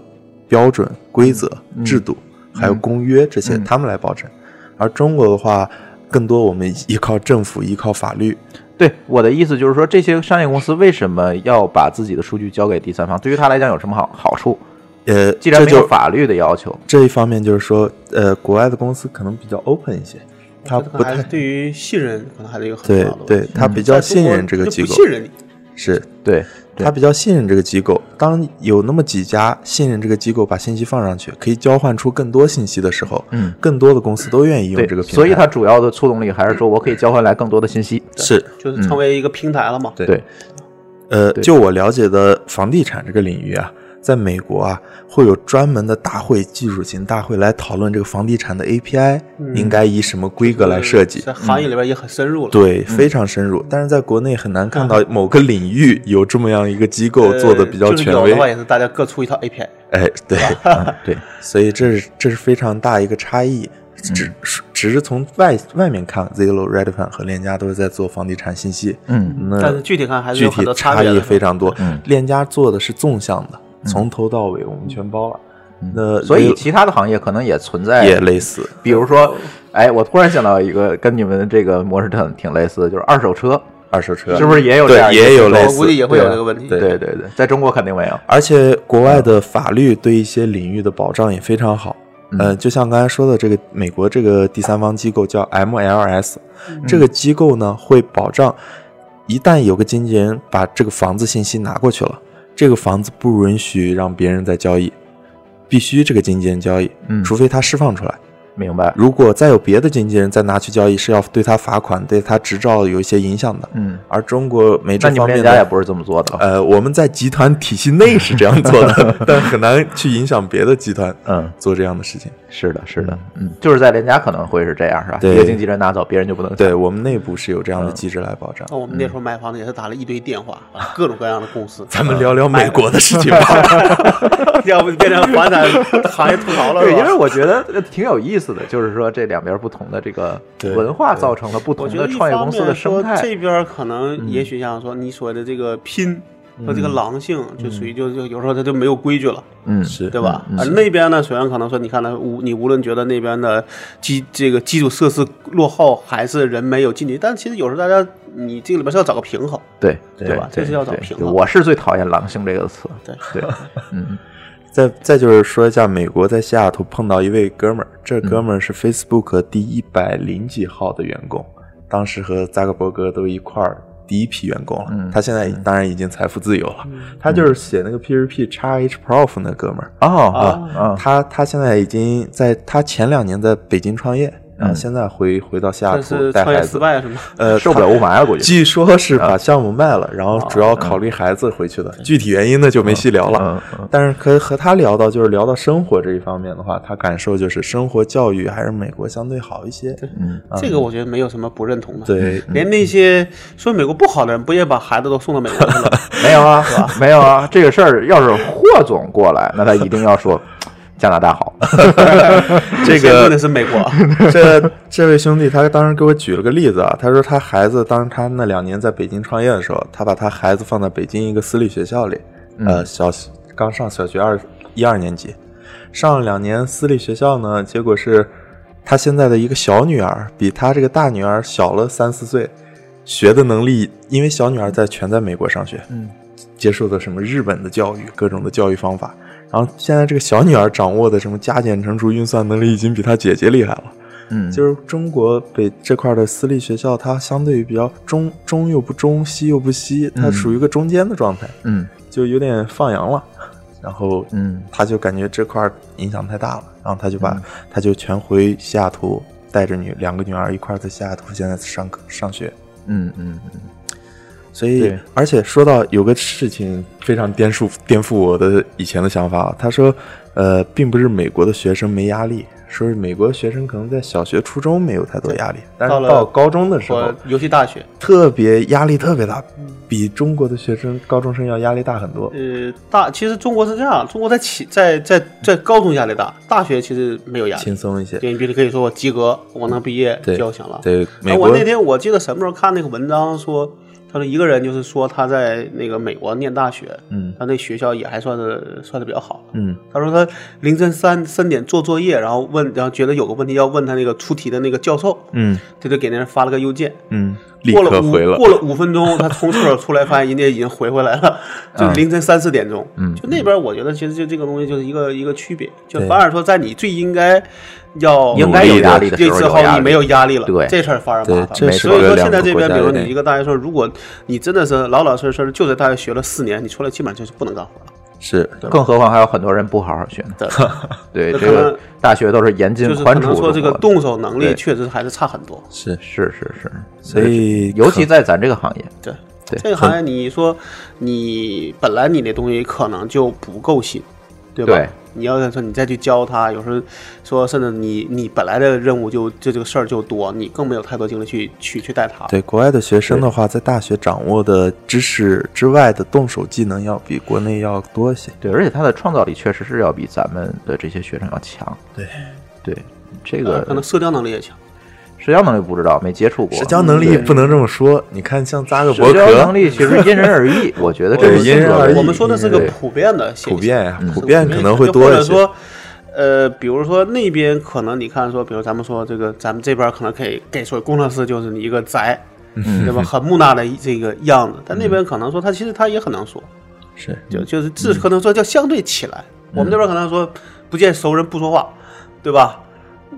标准、规则、
嗯
制度，还有公约这些，他们来保证。而中国的话，更多我们依靠政府、依靠法律。
对，我的意思就是说，这些商业公司为什么要把自己的数据交给第三方？对于他来讲有什么好好处？
呃，
既然
这
没
就
有法律的要求，
这一方面就是说，呃，国外的公司可能比较 open 一些，他
这
不
个还是
太
对于信任可能还是一个很重
对
要的问题。嗯
对，他比较信任这个
就
机
不
构，
信任你。
是
对，
他
对
比较信任这个机构。当有那么几家信任这个机构，把信息放上去，可以交换出更多信息的时候，
嗯，
更多的公司都愿意用
对，
这个平台。
所以它主要的促动力还是说我可以交换来更多的信息。
是
就是成为一个平台了嘛。
嗯对
对，
呃，就我了解的房地产这个领域啊，在美国啊，会有专门的大会、技术型大会来讨论这个房地产的 API、
嗯
应该以什么规格来设计。嗯
在呃行业里边也很深入了。
对，非常深入，但是在国内很难看到某个领域有这么样一个机构
嗯呃
做的比较
就是
权
有
威。
的话也是大家各出一套 API。
哎，对，嗯
啊对，
所以这是这是非常大一个差异。只是只是从外外面看，Zillow、Redfin 和链家都是在做房地产信息，
嗯，
那
但是具体看还是
具
有很
体
多
差
别
异
的。
非常多
嗯。
链家做的是纵向的，从头到尾我们全包了。那
嗯所以
Zillow
其他的行业可能也存在
也类似，
比如说，哎，我突然想到一个跟你们这个模式挺挺类似的，就是二手车，
二手车
是不是也有这
对
样一个
也有
情况
类
我
似
估计也会有
对啊
这个问题。
对
对对对，在中国肯定没有。
而且国外的法律对一些领域的保障也非常好。
嗯
呃，就像刚才说的，这个美国这个第三方机构叫 MLS，、这个
嗯
机构呢会保障，一旦有个经纪人把这个房子信息拿过去了，这个房子不允许让别人再交易，必须这个经纪人交易，
嗯
除非他释放出来。
明白。
如果再有别的经纪人再拿去交易，是要对他罚款、对他执照有一些影响的。
嗯，
而中国没
那
这
你
方
们
面
链
的
家也不是这么做的吧？
呃，我们在集团体系内是这样做 的，但很难去影响别的集团，
嗯，
做这样的事情。
是的，是的，嗯，就是在链家可能会是这样，是吧？
对
一个经纪人拿走，别人就不能。
对我们内部是有这样
嗯
的机制来保障。
那我们那时候买房子也是打了一堆电话，啊各种各样的公司，
嗯
呃
咱们聊聊美国的事情 吧。
要不变成房产行业吐槽了，
对，
是
因
吧
为我觉得呃挺有意思的，就是说这两边不同的这个
对
文化造成了不同
我觉
的
得一
创业
方
公司的
面
生
说，
态。
这边儿可
嗯
能也许像说你所谓的这个拼和这个狼性，就
嗯
属于就就有时候它就没有规矩了，
嗯，
是
对吧？
嗯
而那边呢，虽然可能说你看呢，无你无论觉得那边的基这个基础设施落后，还是人没有进去，但其实有时候大家你这个里边是要找个平衡。
对
对
吧？
这是要找
对
平
对
衡
我是最讨厌“狼性”这个词。
对
对，嗯，
再再就是说一下，美国在西雅图碰到一位哥们儿，这
嗯
哥们儿是 Facebook 第一百零几号的员工，当时和扎克伯格都一块儿第一批员工了。
嗯
他现在当然已经财富自由了。他就是写那个 PHP XH Prof 那哥们儿，
哦啊啊，
他他现在已经在他前两年在北京创业，然后
嗯
现在回回到西雅
但
图
是
带
创
孩
业失
子。
败是吗？
呃，
受不了雾霾啊，估计。
据说是把项目卖了，然后主要考虑孩子回去
嗯
的，具体原因呢就没细聊了
嗯。嗯
但是可和他聊到就是聊到生活这一方面的话，他感受就是生活教育还是美国相对好一些。
嗯，
这个我觉得没有什么不认同的。，
对，嗯
连那些说美国不好的人，不也把孩子都送到美国去了？
没有啊，没有啊，这个事儿要是霍总过来，那他一定要说加拿大 好。
这
现在问
个
的是美 国，
这这位兄弟，他当时给我举了个例子啊，他说他孩子当时他那两年在北京创业的时候，他把他孩子放在北京一个私立学校里，呃，小刚上小学二一二年级，上了两年私立学校呢，结果是他现在的一个小女儿比他这个大女儿小了三四岁，学的能力，因为小女儿在全在美国上学，
嗯，
接受的什么日本的教育，各种的教育方法。然后现在这个小女儿掌握的什么加减乘除运算能力已经比她姐姐厉害了，
嗯，
就是中国北这块的私立学校，它相对于比较中中又不中，西又不西，它
嗯
属于一个中间的状态，
嗯
就有点放羊了。然后，
嗯
他就感觉这块儿影响太大了，然后他就把、他就全回西雅图，带着女两个女儿一块儿在西雅图现在上课上学。
嗯嗯
所以
对，
而且说到有个事情非常颠覆颠覆我的以前的想法啊，他说，呃，并不是美国的学生没压力，说是美国学生可能在小学、初中没有太多压力，但是
到了
到高中的时候
我，尤其大学，
特别压力特别大，比中国的学生高中生要压力大很多。
呃，大其实中国是这样，中国在起在在在高中压力大，大学其实没有压力
轻。松一些，
对，你比如可以说我及格，我能毕业
对
就行了。
对美
哎，
国
我那天我记得什么时候看那个文章说，他说一个人就是说他在那个美国念大学，
嗯
他那学校也还算是算是比较好。
嗯，
他说他凌晨三三点做作业，然后问，然后觉得有个问题要问他那个出题的那个教授，
嗯
他就给那人发了个邮件，
嗯，立
过了
刻
五
回了，
过了五分钟，他从厕所出来，发现人家已经回回来了，就是凌晨三四点钟。
嗯
就那边我觉得其实就这个东西就是一个一个区别，就
对
反而说在你最应该要
应该有压力的时候
这之
有压
后
力
你没有压力了，
对
这事儿反而麻
对
烦了。
这是
所以
个
说
两
现在
个
这
国
边，
家
比如说
有
你
点
一个大学生，如果你真的是老老实实地就在大学学了四年，你出来基本上就是不能干活了。
是
嗯，更何况还有很多人不好好学呢。
对，
对，
那
这
可能
个大学都是严
就
进
是可
宽
能
处中
说
国的。
这个动手能力
对
确实还是差很多。
是，
是是是，
所以
尤其在咱这个行业，
对，
对
这个行业你说你本来你那东西可能就不够新，对吧？
对
你要是说你再去教他，有时候说甚至你你本来的任务就就这个事儿就多，你更没有太多精力去去去带啊他。
对国外的学生的话，在大学掌握的知识之外的动手技能要比国内要多一些。
对，而且他的创造力确实是要比咱们的这些学生要强。
对，
对，这
呃
个
可能社交能力也强，
社交能力不知道，没接触过。
社交能力
对
不能这么说，你看像扎克伯
社交能
格
力其实因人而异，我觉得这
对
是
因人而异
我们说的是个
对
普遍的现象，
普遍呀、
嗯
普遍可能会
或
多
者
一些。
说，呃，比如说那边可能你看说，比如咱们说这个，咱们这边可能可以给说工程师就是你一个宅，
嗯
对 吧？很木讷的一这个样子，但那边可能说他其实他也很能说，
是
就就是至
嗯
可能说叫相对起来，我们这边可能说不见熟人不说话，对吧？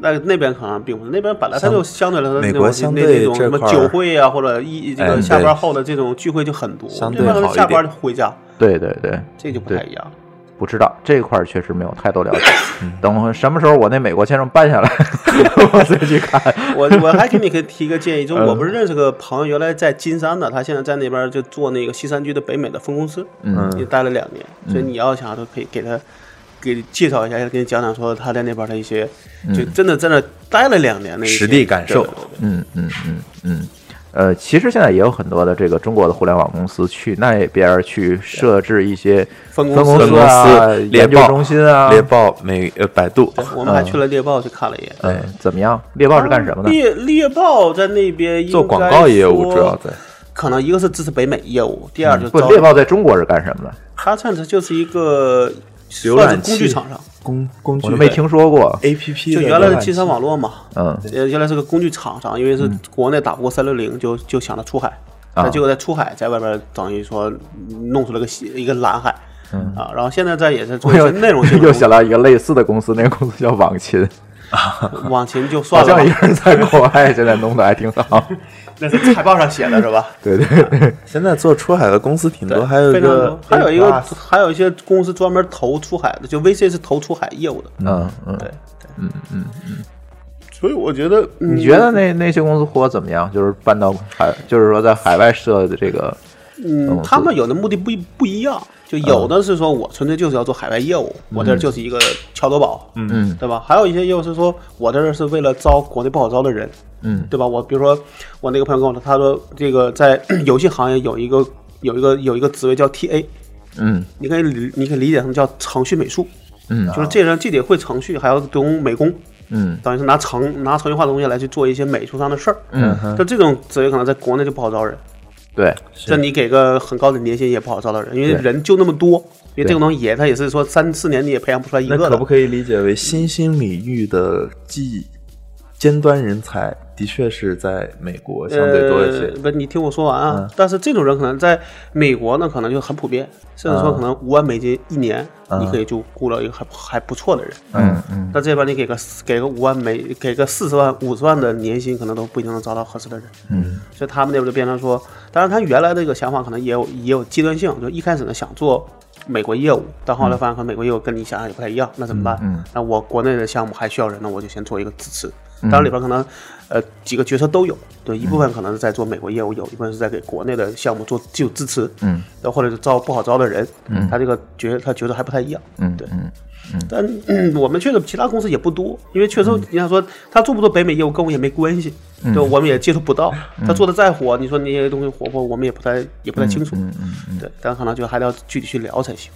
那那边可能并不是，那边本来他就相对来说
美
那
国
种
相
那
对
那种
这
什么
块儿
酒会啊，或者一这
哎
个下
对
班后的这种聚会就很多，
相
这
对
边可能
好一
下班
点
就回家，
对对对，
这就不
对
太一样。
不知道这一块儿确实没有太多 了解。嗯等我什么时候我那美国签证办下来， 我再去看。
我我还给你可以提个建议，就我不
嗯
是认识个朋友，原来在金山的，他现在在那边就做那个西山居的北美的分公司，
嗯
也待了两年，
嗯
所以你要想都可以给他给介绍一下，给你讲讲说他在那边的一些，就真的在那待了两年的一些
嗯实地感
对
受
对对
嗯嗯嗯嗯，呃，其实现在也有很多的这个中国的互联网公司去那边儿去设置一些
分公
公
司
司啊、
分公司猎
研究
豹
中心啊。
猎豹、美呃百度，
对我们还去了猎豹去看了一眼。
嗯，怎么样？猎豹是干什么呢？
猎猎豹在那边
做广告业务主要在嗯
在，可能一个是支持北美业务，第二就是
不，
招
猎豹在中国是干什么的？
它算是就是一个
浏
算是
览
工具厂商，
工工具
我都没听说过。
A P P，
就原来的金山网络嘛，
嗯，
呃，原来是个工具厂商，因为是国内打不过三六零，就就想着出海，
啊
但结果在出海，在外边等于说弄出了个西一个蓝海，啊，然后现在在也是做
嗯我
一
又
些内容性的
又
东西
想，到一个类似的公司，那个公司叫网勤，
往前就算
好
了
像也
吧，
是在国外，现在弄得还挺好。
那是财报上写的是吧？
对对 对，
现在做出海的公司挺多，还有一
非常
个
多，还有一个
A+，
还有一些公司专门投出海的，就 VC 是投出海业务的，
嗯嗯。
对，对，嗯嗯嗯，所以我觉得，嗯
你觉得那那些公司活怎么样？就是搬到海，就是说在海外设的这个，哦
嗯，他们有的目的不一不一样，就有
嗯
的是说我纯粹就是要做海外业务，我这儿就是一个桥头堡，
嗯
对吧？还有一些业务是说我这儿是为了招国内不好招的人，
嗯
对吧？我比如说我那个朋友跟我说，他说这个 在游戏行业有一个有一个有一个职位叫 TA，
嗯
你可以理你可以理解成叫程序美术，
嗯
就是这人既得会程序，还要懂美工，
嗯
等于是拿程拿程序化的东西来去做一些美术上的事儿。
嗯，
就这种职位可能在国内就不好招人。
对，
这你给个很高的年薪也不好招到人，因为
对
人就那么多，
对
因为这个东西也它也是说三四年你也培养不出来一
那
个
可
的
不。可以理解为新兴领域的技尖端人才，的确是在美国相对多一些嗯
呃，。不，你听我说完啊。但是这种人可能在美国呢，可能就很普遍，甚至
嗯
说可能五万美金一年，你可以就雇到一个还还不错的人。
呃
嗯嗯
那这边你给个给个五万美，给个四十万、五十万的年薪，可能都不一定能找到合适的人。
嗯，
所以他们那边就变成说，当然他原来这个想法可能也有也有阶段性，就一开始呢想做美国业务，但后来发现和美国业务跟你想象也不太一样，那怎么办？
嗯
那我国内的项目还需要人，那我就先做一个支持。当然里边可能，呃，几个角色都有，对，一部分可能是在做美国业务，有一部分是在给国内的项目做技术支持，
嗯，
然后或者是招不好招的人，嗯，他这个角他角色还不太一样，
嗯
对，
嗯
但、嗯我们去的其他公司也不多，因为确
嗯
实你想说他做不做北美业务跟我也没关系，对吧，我们也接触不到。
嗯
他做的再火，你说那些东西火不火，我们也不太也不太清楚。
嗯嗯
对，但可能就还得要具体去聊才行。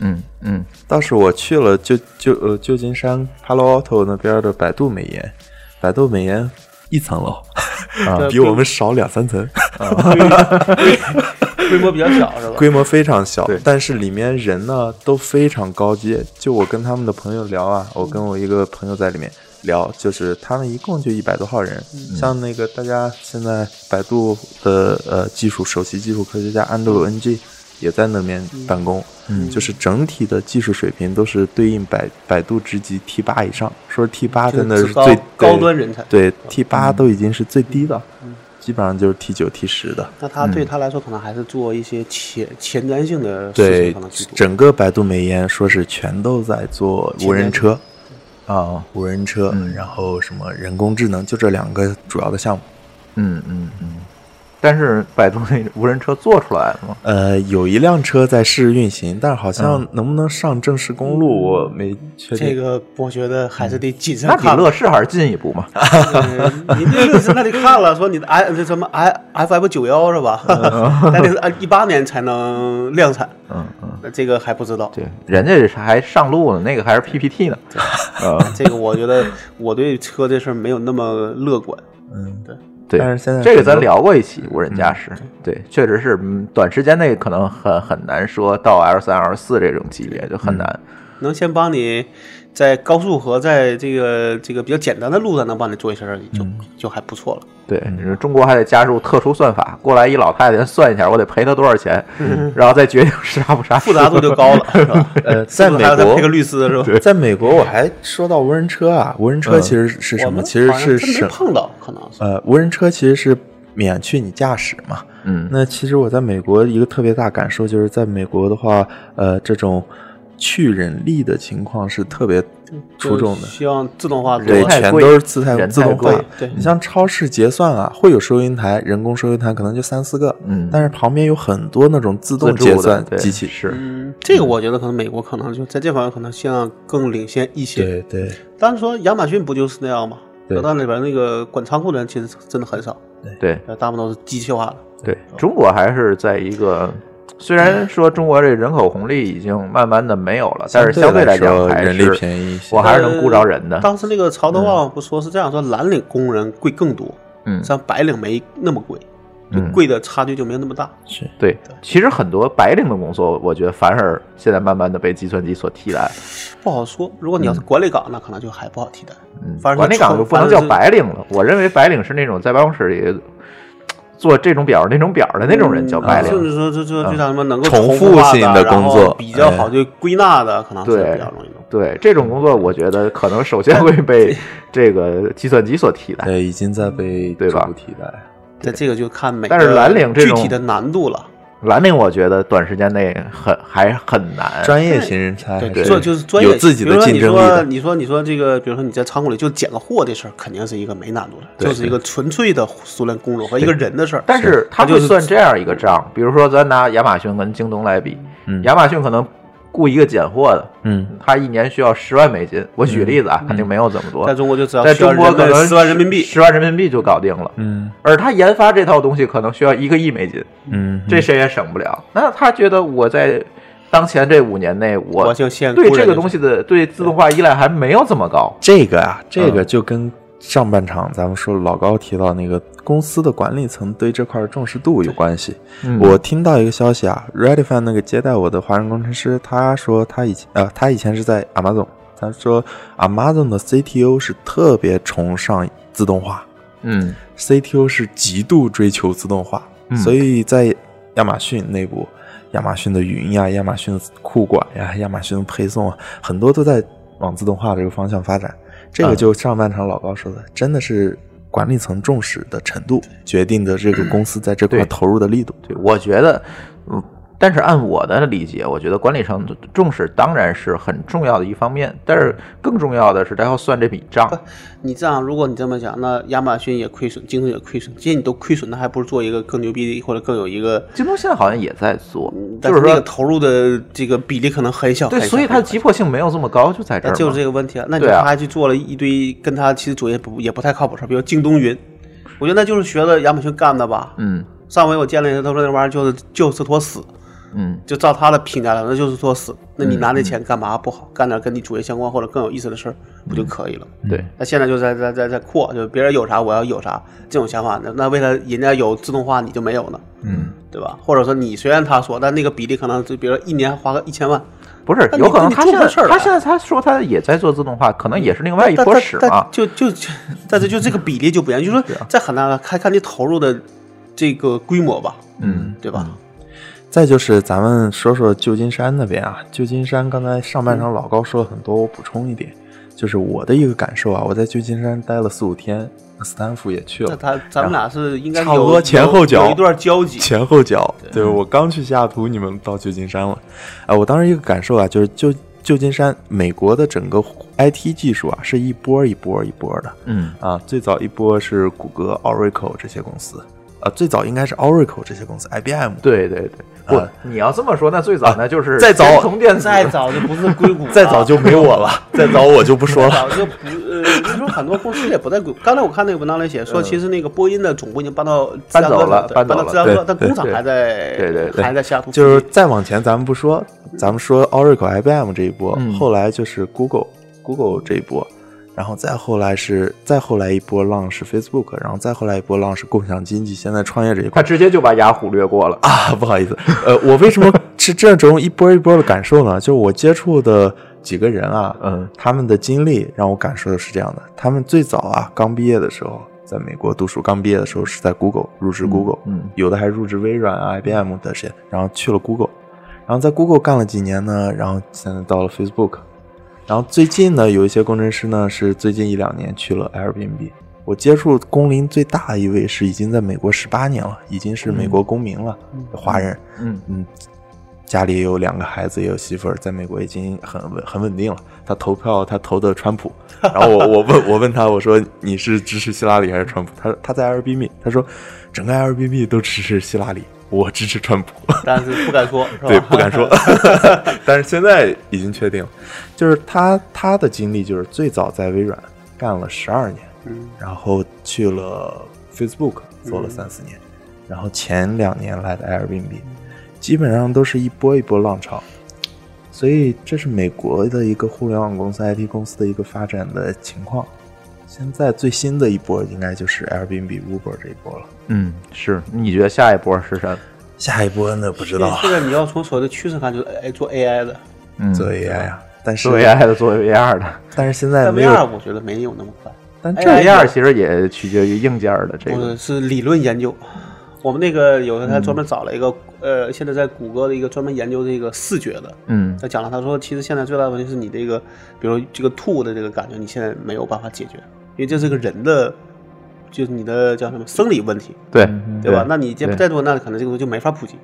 嗯嗯
倒是我去了旧旧呃旧金山 Palo Alto 那边的百度美颜，百度美颜一层楼，
对
啊比我们少两三层，
规模比较小是吧？
规模非常小
对，
但是里面人呢都非常高阶。就我跟他们的朋友聊啊，我跟我一个朋友在里面聊，就是他们一共就一百多号人，
嗯
像那个大家现在百度的呃技术首席技术科学家安德鲁 NG 也在那边
嗯
办公，嗯就是整体的技术水平都是对应百百度之级 T 八以上，说 T 八真的是
高
最
高端人才。嗯
对 T 八都已经是最低的，基本上就是 T 九 T 十的。
那他对他来说，可能还是做一些前前瞻性的事情，
对
可能去，做。
整个百度美颜说是全都在做无人车
啊
无人车，
嗯
然后什么人工智能，就这两个主要的项目。
嗯嗯嗯，但是百度那无人车做出来了吗？
呃，有一辆车在试运行，但是好像能不能上正式公路，我没确定。
嗯这个我觉得还
嗯
是得谨慎
那比
看。
乐视还是进一 步嘛。
嗯你这个是那得看了，说你的 i 呃这什么 i f m 九幺是吧？
嗯
那得是按一八年才能量产，
嗯嗯，
那这个还不知道。
对，人家是还上路呢，那个还是 PPT 呢。嗯，
这个我觉得我对车这事儿没有那么乐观。
对，
但是现在
这个咱
很多嗯
聊过一期无人驾驶，对，确实是嗯短时间内可能很很难说到 L 三 L 四这种级别就
嗯
很难。
能先帮你在高速和在这个这个比较简单的路上能帮你做一些事儿，就、
嗯
就还不错了。
对，你说中国还得加入特殊算法，过来一老太太算一下，我得赔她多少钱，
嗯
然后再决定杀不杀。
复杂度就高了，是吧？
呃，
是
在
不是
美
还要再
国
配个律师是吧？
在美国，我还说到无人车啊，无人车其实
嗯
是
我
什么？
们
其实
好像
是
真没
省
碰到，可能是
呃，无人车其实是免去你驾驶嘛。
嗯，
那其实我在美国一个特别大感受就是，在美国的话，呃，这种去人力的情况是特别
嗯
出众的
就。希望自动化多
对，
人太
全
贵
都是自
人
动自
太
动
贵
化。
对
你像超市结算啊，会有收银台，人工收银台可能就三四个，
嗯
但是旁边有很多那种自动
自助的
结算
对
机器。
是，
嗯，这个我觉得可能美国可能就在这方面可能像更领先一些。
对对，
但是说亚马逊不就是那样吗？
对
那里边那个管仓库的人其实真的很少，
对
呃，大部分都是机械化的。
对，中国还是在一个。虽然说中国这人口红利已经慢慢的没有了，但是相对来讲
说
还
人力
是
便宜一些
我。还是能顾着人的
呃。当时那个曹德
嗯
旺不说是这样说，蓝领工人贵更多，
嗯，
像白领没那么贵，就
嗯
贵的差距就没有那么大。
是
对，其实很多白领的工作，我觉得反而现在慢慢的被计算机所替代。
不好说，如果你要是管理岗，那可能就还不好替代。
嗯，
反正
管理岗就不能叫白领了。我认为白领是那种在办公室里做这种表那种表的那种人叫白
嗯甚
领。
至说这这
嗯
就像什么能够
重
复化
复性的工作
然后比较好就归纳的，可能是
对
比较容易弄。
对这种工作，我觉得可能首先会 被这个计算机所替代。
对，已经在
嗯
被
对吧
逐步替代。
但这个就看每个
但是蓝领这
具
种
体的难度了。
蓝领，我觉得短时间内很还很难。
专业型人才
哎
哎
对，
还是
做就是专业
有自己的竞争力的。
比如说你说，你说，你说这个，比如说你在仓库里就捡个货这事儿，肯定是一个没难度的，
对
就是一个纯粹的熟练工种和一个人的事儿。
但是他
他
会
就是
算这样一个账，比如说咱拿亚马逊跟京东来比，
嗯
亚马逊可能雇一个拣货的，
嗯，
他一年需要十万美金。我举例子啊，肯定没有这么多
在。中国就只要
在中国可能
十万人民币，
十万人民币就搞定了。
嗯
而他研发这套东西可能需要一个亿美金，
嗯，
这谁也省不了。那他觉得我在当前这五年内，我
我就先
对这个东西的对自动化依赖还没有这么高。
这个啊，这个就跟上半场咱们说老高提到那个公司的管理层对这块儿重视度有关系。
嗯
我听到一个消息啊 r e d i f a n 那个接待我的华人工程师，他说他以前呃，他以前是在 Amazon，他说 Amazon 的 CTO 是特别崇尚自动化
嗯
，CTO 是极度追求自动化，
嗯
所以在亚马逊内部，亚马逊的云呀、亚马逊的库管呀、亚马逊的配送啊，很多都在往自动化这个方向发展。这个
嗯
就上半场老高说的，真的是管理层重视的程度决定的这个公司在这块
对
投入的力度。
对，我觉得，嗯，但是按我的理解，我觉得管理层重视当然是很重要的一方面，但是更重要的是他要算这笔账。
你这样，如果你这么讲，那亚马逊也亏损，京东也亏损，既然你都亏损，那还不如做一个更牛逼的，或者更有一个，
京东现在好像也在做，就
嗯但是那
说
个投入的这个比例可能很小，
对，
很小
所以它
很
的
小
急迫性没有这么高，就在这儿
那
嘛。
就是这个问题啊。那你
对啊
他还去做了一堆跟他其实主业不也不太靠谱事儿，比如京东云，我觉得那就是学的亚马逊干的吧。
嗯
上回我见了一次，他说那玩意儿就是就是坨屎，
嗯。
就照他的评价来说，那就是坨屎。那你拿那钱干嘛不好？干点跟你主业相关或者更有意思的事儿
嗯
不就可以了吗？
对，
那现在就在在在在扩，就是别人有啥我要有啥这种想法，那那为了人家有自动化你就没有呢，
嗯，
对吧？或者说你虽然他说，但那个比例可能就比如说一年花个一千万，
不是，
那你
有可能
你
他
做
现
不
在
出事儿
他
来
现在他说他也在做自动化，可能也是另外一
但
波
但
屎
但
嘛。
就就就，但是就这个比例就不一样，就是
啊
说在很大的看看你投入的这个规模吧，
嗯，
对吧？
再就是咱们说说旧金山那边啊，旧金山刚才上半场老高说了很多，我补充一点，就是我的一个感受啊，我在旧金山待了四五天，斯坦福也去
那
了，
他咱们俩是应该
啊差不
有
多前后脚
有有一段交集，
前后脚，对我刚去西雅图，你们到旧金山了，啊、我当时一个感受啊，就是旧旧金山美国的整个 IT 技术啊，是一波一波一波的，
嗯
啊，最早一波是谷歌、Oracle 这些公司，呃，最早应该是 Oracle 这些公司，IBM
对对对，不，
啊
你要这么说，那最早那就是
再早
从电子，
啊再早就不是硅 谷了，
再早就没我了， 再早我就不说了。
早就不呃，就是说很多公司也不在硅谷。刚才我看那个文章里写
嗯
说，其实那个波音的总部已经搬到芝加哥
搬走了
对
搬
搬
走
到
了
芝加哥
对，
但工厂
对
还在，
对对
对
还在西雅图附近。
就是再往前，咱们不说，咱们说 Oracle、IBM 这一波，
嗯
后来就是 Google、Google 这一波，然后再后来是再后来一波浪是 Facebook，然后再后来一波浪是共享经济，现在创业这一
他
块
直接就把雅虎略过了。
啊， 不好意思，呃，我为什么是这种一波一波的感受呢？就是我接触的几个人啊，
嗯，
他们的经历让我感受的是这样的：他们最早啊，刚毕业的时候，在美国读书，刚毕业的时候是在 Google 入职 Google，
嗯嗯
有的还入职微软啊、IBM 的这些，然后去了 Google，然后在 Google 干了几年呢，然后现在到了 Facebook，然后最近呢，有一些工程师呢是最近一两年去了 Airbnb。我接触工龄最大的一位是已经在美国十八年了，已经是美国公民了，华人。
嗯
嗯，家里也有两个孩子，也有媳妇儿，在美国已经很稳很稳定了。他投票，他投 的川普。然后我我问我问他，我说你是支持希拉里还是川普？他他在 Airbnb，他说整个 Airbnb 都支持希拉里，我支持川普。
但是不敢说，是吧？ 嗯
对，不 敢说，但是现在已经确定了，就是他他的经历就是最早在微软干了十二年，
嗯
然后去了 Facebook 做了三四年，然后前两年来的 Airbnb，基本上都是一波一波浪潮，所以这是美国的一个互联网公司、IT 公司的一个发展的情况。现在最新的一波应该就是 Airbnb、Uber 这一波了，
嗯，是，你觉得下一波是什么？
下一波呢不知道，
现在你要从所谓的趋势看，就是哎做 AI 的，
嗯，
做 AI 啊，但是
做 AI 的，做 VR 的，
但是现
但
在没
VR
有，
我觉得没有那么快，
但这
AI
样。
VR 其实也取决于硬件的这
不
个
是，是理论研究。我们那个有的他专门找了一个呃，现在在谷歌的一个专门研究这个视觉的，
嗯
他讲了，他说其实现在最大的问题是你这个，比如这个吐的这个感觉，你现在没有办法解决，因为这是个人的，就是你的叫什么生理问题，
对
对吧？那你这
对
再多，那可能这个东西就没法普及。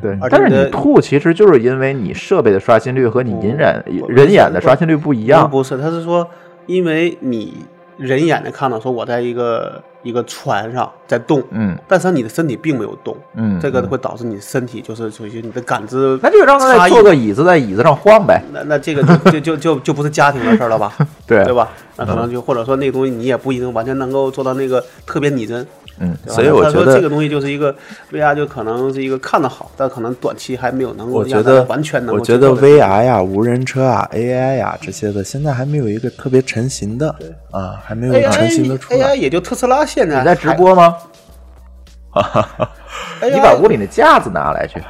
对
而，且
但是
你的
你吐其实就是因为你设备的刷新率和你人眼
不
人眼的刷新率不一样。
不是，他是说，因为你人眼睛看到说我在一个一个船上在动，
嗯
但是你的身体并没有动，
嗯，
这个会导致你身体就是属于你的感知
那就让他
差
再
异
坐个椅子在椅子上晃呗。
那那这个就就就就就不是家庭的事儿了吧？
对
对吧？那可能就或者说那个东西你也不一定完全能够做到那个特别拟真，
嗯
对吧
所以我
他说
觉得
这个东西就是一个 VR 就可能是一个看得好，但可能短期还没有能够
我觉
让
得
它完全能
我
够
觉
接
得
受的。
VR 呀、无人车啊、AI 呀、这些的，现在还没有一个特别成型的啊，还没有
AI
成型的出
AI
来。
也就特斯拉现在
你在直播吗？
还，
你把屋里那架子拿来去。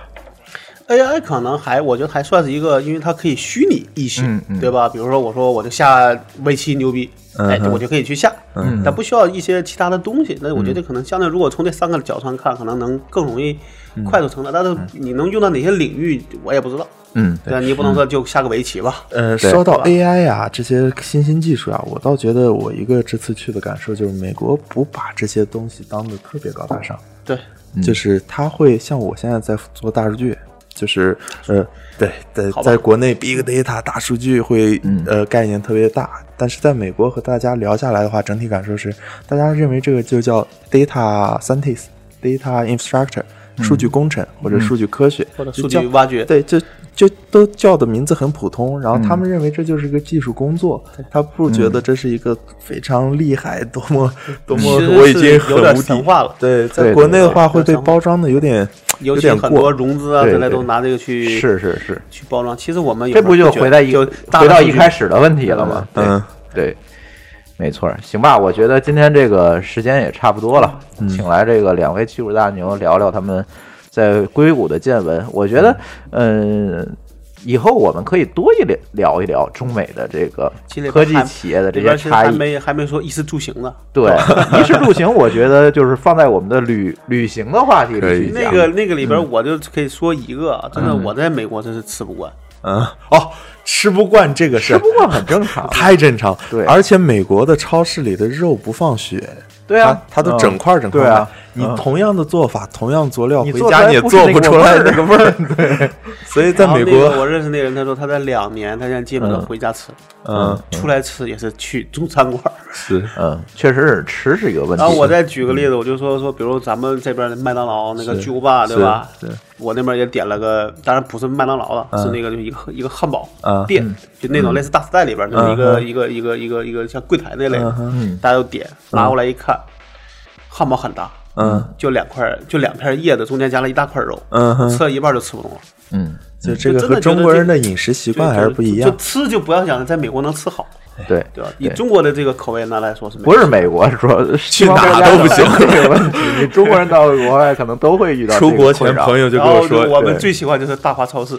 AI 可能还，我觉得还算是一个，因为它可以虚拟意识，
嗯嗯
对吧？比如说，我说我就下围棋牛逼，哎，我就可以去下，
嗯
但不需要一些其他的东西。
嗯
那我觉得可能相对，如果从这三个角度上看，可能能更容易快速成长。但是你能用到哪些领域，我也不知道。
嗯，
对吧？你也不能说就下个围棋吧。
呃，
对
说到 AI 呀、这些新兴技术啊，我倒觉得我一个这次去的感受就是，美国不把这些东西当得特别高大上，
对，
就是他会像我现在在做大数据，就是呃，对，在
好吧嗯
在国内 big data 大数据会呃概念特别大，但是在美国和大家聊下来的话，整体感受是大家认为这个就叫 data scientist、data infrastructure 数据工程或者数据科学，
嗯或者
就
数
叫
据挖掘，
对，就就都叫的名字很普通，
嗯
然后他们认为这就是一个技术工作，他不觉得这是一个非常厉害、多么多么
其实
我已
是
经很
有点
无敌
神话了
对，在
对
国
对
内的
对
话会
有点
被
神话
包装的有点
尤
有
其
点
很多
过。
融资啊
对
之类
对
都拿这个去
是是是，
去包装。其实我们有
这
时候
不就
觉
回
得
到一
就
回到一开
始
始的问题了吗？对
嗯，
对，没错儿，行吧，我觉得今天这个时间也差不多了，
嗯
请来这个两位技术大牛聊聊他们在硅谷的见闻。我觉得，嗯。以后我们可以多一聊聊一聊中美的这个
其实
科技
还
企业的这
里
些
边其实
差
还
异，
没还没说衣食住行呢。
对，衣食住行，我觉得就是放在我们的旅旅行的话题
可
里
以
去讲。嗯
那个那个里边，我就可以说一个，啊，真的，我在美国真是吃不惯。
嗯，哦，吃不惯这个事
吃
儿 。
不。惯很正常
太正常，
对
而且美国的超市里的肉不放血，
对
它
啊，
它都
嗯
整块儿整块
对啊
儿，你
嗯
同样的做法，同样佐料，
你
回
做
家
出来
你也
不是
做
那
不
个
出
味
来
儿
那个味儿。 对，所以在
然后
美
那个
国，
我认识那人，他说他在两年，他现在基本上
嗯
回家吃，
嗯，
出来吃也是去中餐馆儿。
是
嗯，确实是吃是一个问题。
然后啊我再举个例子，我就说说，比如咱们这边的麦当劳那个巨无霸，对吧？
是是
我那边也点了个，当然不是麦当劳了，是那个就一个一个汉堡
嗯
店，就那种类似大时代里边那么一个
嗯
一个一个一个一个像柜台那类的
嗯，
大家都点，拿过来一看，汉堡很大，
嗯
就两块就两片叶子，中间夹了一大块肉，
嗯哼
吃了一半就吃不动了。
嗯，
就这
就真
个和
的觉
中
得
国
这
人的饮食习惯
就
还是不一
就
样
就。 吃就不要想着在美国能吃好，
对
对吧？以中国的这个口味那来说是没
不是美国说去
哪都不行
这个问题， 你中国人到国外可能都会遇到
出国
这个
前
困扰
朋友就
然
跟
后
我说，
我们
对
最喜欢就是大华超市，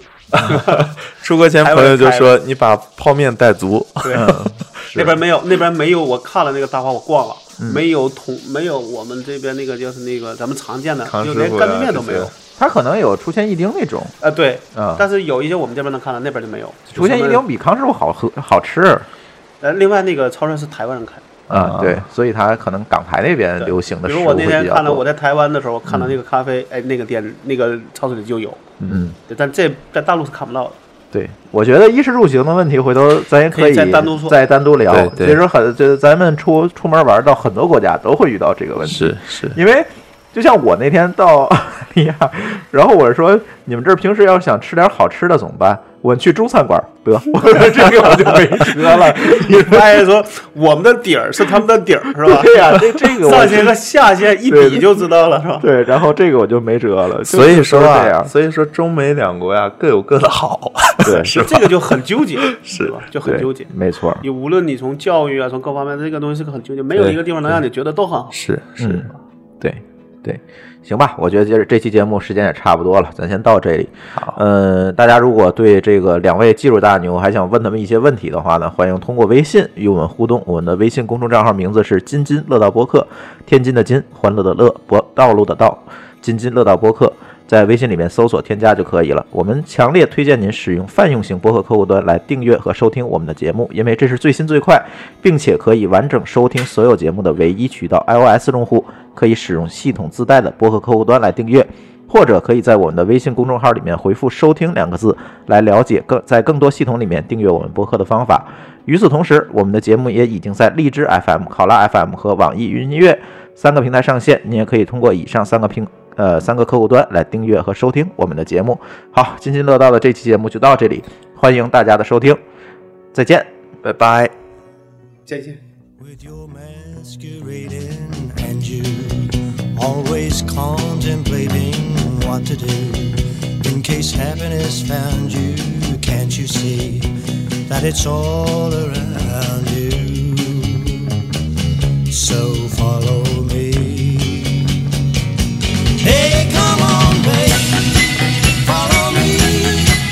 出国前
台
朋
湾
友就
开
说你把泡面带足，
对，
嗯
那边没有，那边没有。我看了那个大华，我逛了，
嗯
没有同没有我们这边那个就是那个咱们常见的，
康
就
师
连
傅
干
呀
脆面都
这
没有
些。
他可能有出现一丁那种，
啊，对
啊，
但是有一些我们这边能看到，那边就没有。
出现一
有。
丁比康师傅好喝好吃
呃，另外那个超市是台湾人开的，
啊，对，所以他可能港台那边
对
流行的
比
食
如
物
我
会
那天
比较
看到我
多。
在台湾的时候，看到那个咖啡，哎，那个店那个超市里就有，
嗯，
对但 这在大陆是看不到的。
对，我觉得衣食住行的问题，回头咱也
可
以
以再单独说
再单独聊
对。对
其实很，就是咱们出出门玩到很多国家都会遇到这个问题。
是是，
因为就像我那天到 澳大利亚，然后我说你们这儿平时要是想吃点好吃的怎么办？我去中餐馆儿得， 我说这个我就没辙了。你说
大家说我们的底儿是他们的底儿，是吧？
对呀、这 这个我
上线和下线一
对
比就知道了，是吧？
对，然后这个我就没辙了。就
所以
是
说
都是这
啊，
样，
所以说中美两国呀各有各的好，
对
是吧
这？个就很纠 结，是吧？就很
对
纠结。
没错儿。
你无论你从教育啊，从各方面，这个东西是个很纠结，没有
对
一个地方能让你觉得都很好。
是是
嗯，对对，行吧，我觉得这这期节目时间也差不多了，咱先到这里。
好
呃，大家如果对这个两位技术大牛还想问他们一些问题的话呢，欢迎通过微信与我们互动。我们的微信公众账号名字是“津津乐道播客”，天津的津，欢乐的乐，博道路的道，津津乐道播客。在微信里面搜索添加就可以了。我们强烈推荐您使用泛用型播客客户端来订阅和收听我们的节目，因为这是最新最快，并且可以完整收听所有节目的唯一渠道。iOS 用户可以使用系统自带的播客客户端来订阅，或者可以在我们的微信公众号里面回复“收听”两个字来了解更在更多系统里面订阅我们播客的方法。与此同时，我们的节目也已经在荔枝 FM、考拉 FM 和网易云音乐三个平台上线，你也可以通过以上三个平呃三个客户端来订阅和收听我们的节目。好，津津乐道的这期节目就到这里，欢迎大家的收听，再见。
拜拜。
再见。
with your masquerading and you always contemplating what to do in case happiness found you can't you see that it's all around you so follow me hey come on babe follow me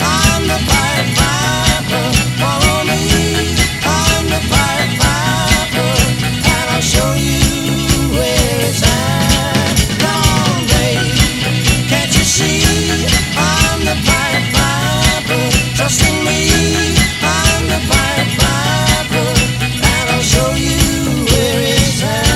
i'm the pied piper follow me i'm the pied piper and i'll show you where it's at long babe can't you see i'm the pied piper trust in me i'm the pied piper and i'll show you where it's at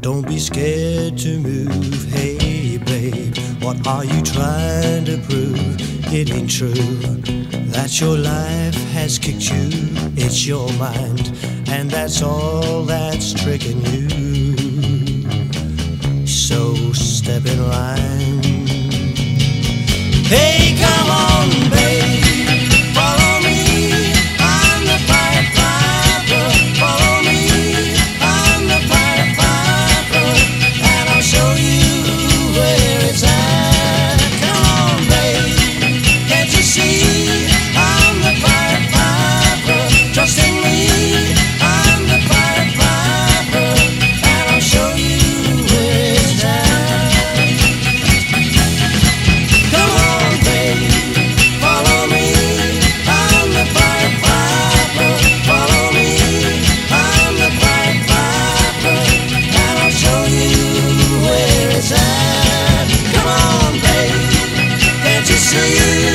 Don't be scared to move. Hey, babe, what are you trying to prove? It ain't true that your life has kicked you. It's your mind, and that's all that's tricking you. So step in line. Hey, come on, babe. Follow me. I'm the Pied Piper. Follow me. I'm the Pied Piper. And I'll show you where it's at. Come on, babe. Can't you see? I'm the Pied Piper. Trust in me. I'm the Pied Piper. And I'll show you where it's at. Come on, baby, follow me. I'm the Pied Piper. Follow me. I'm the Pied Piper, and I'll show you where it's at. Come on, baby, can't you see?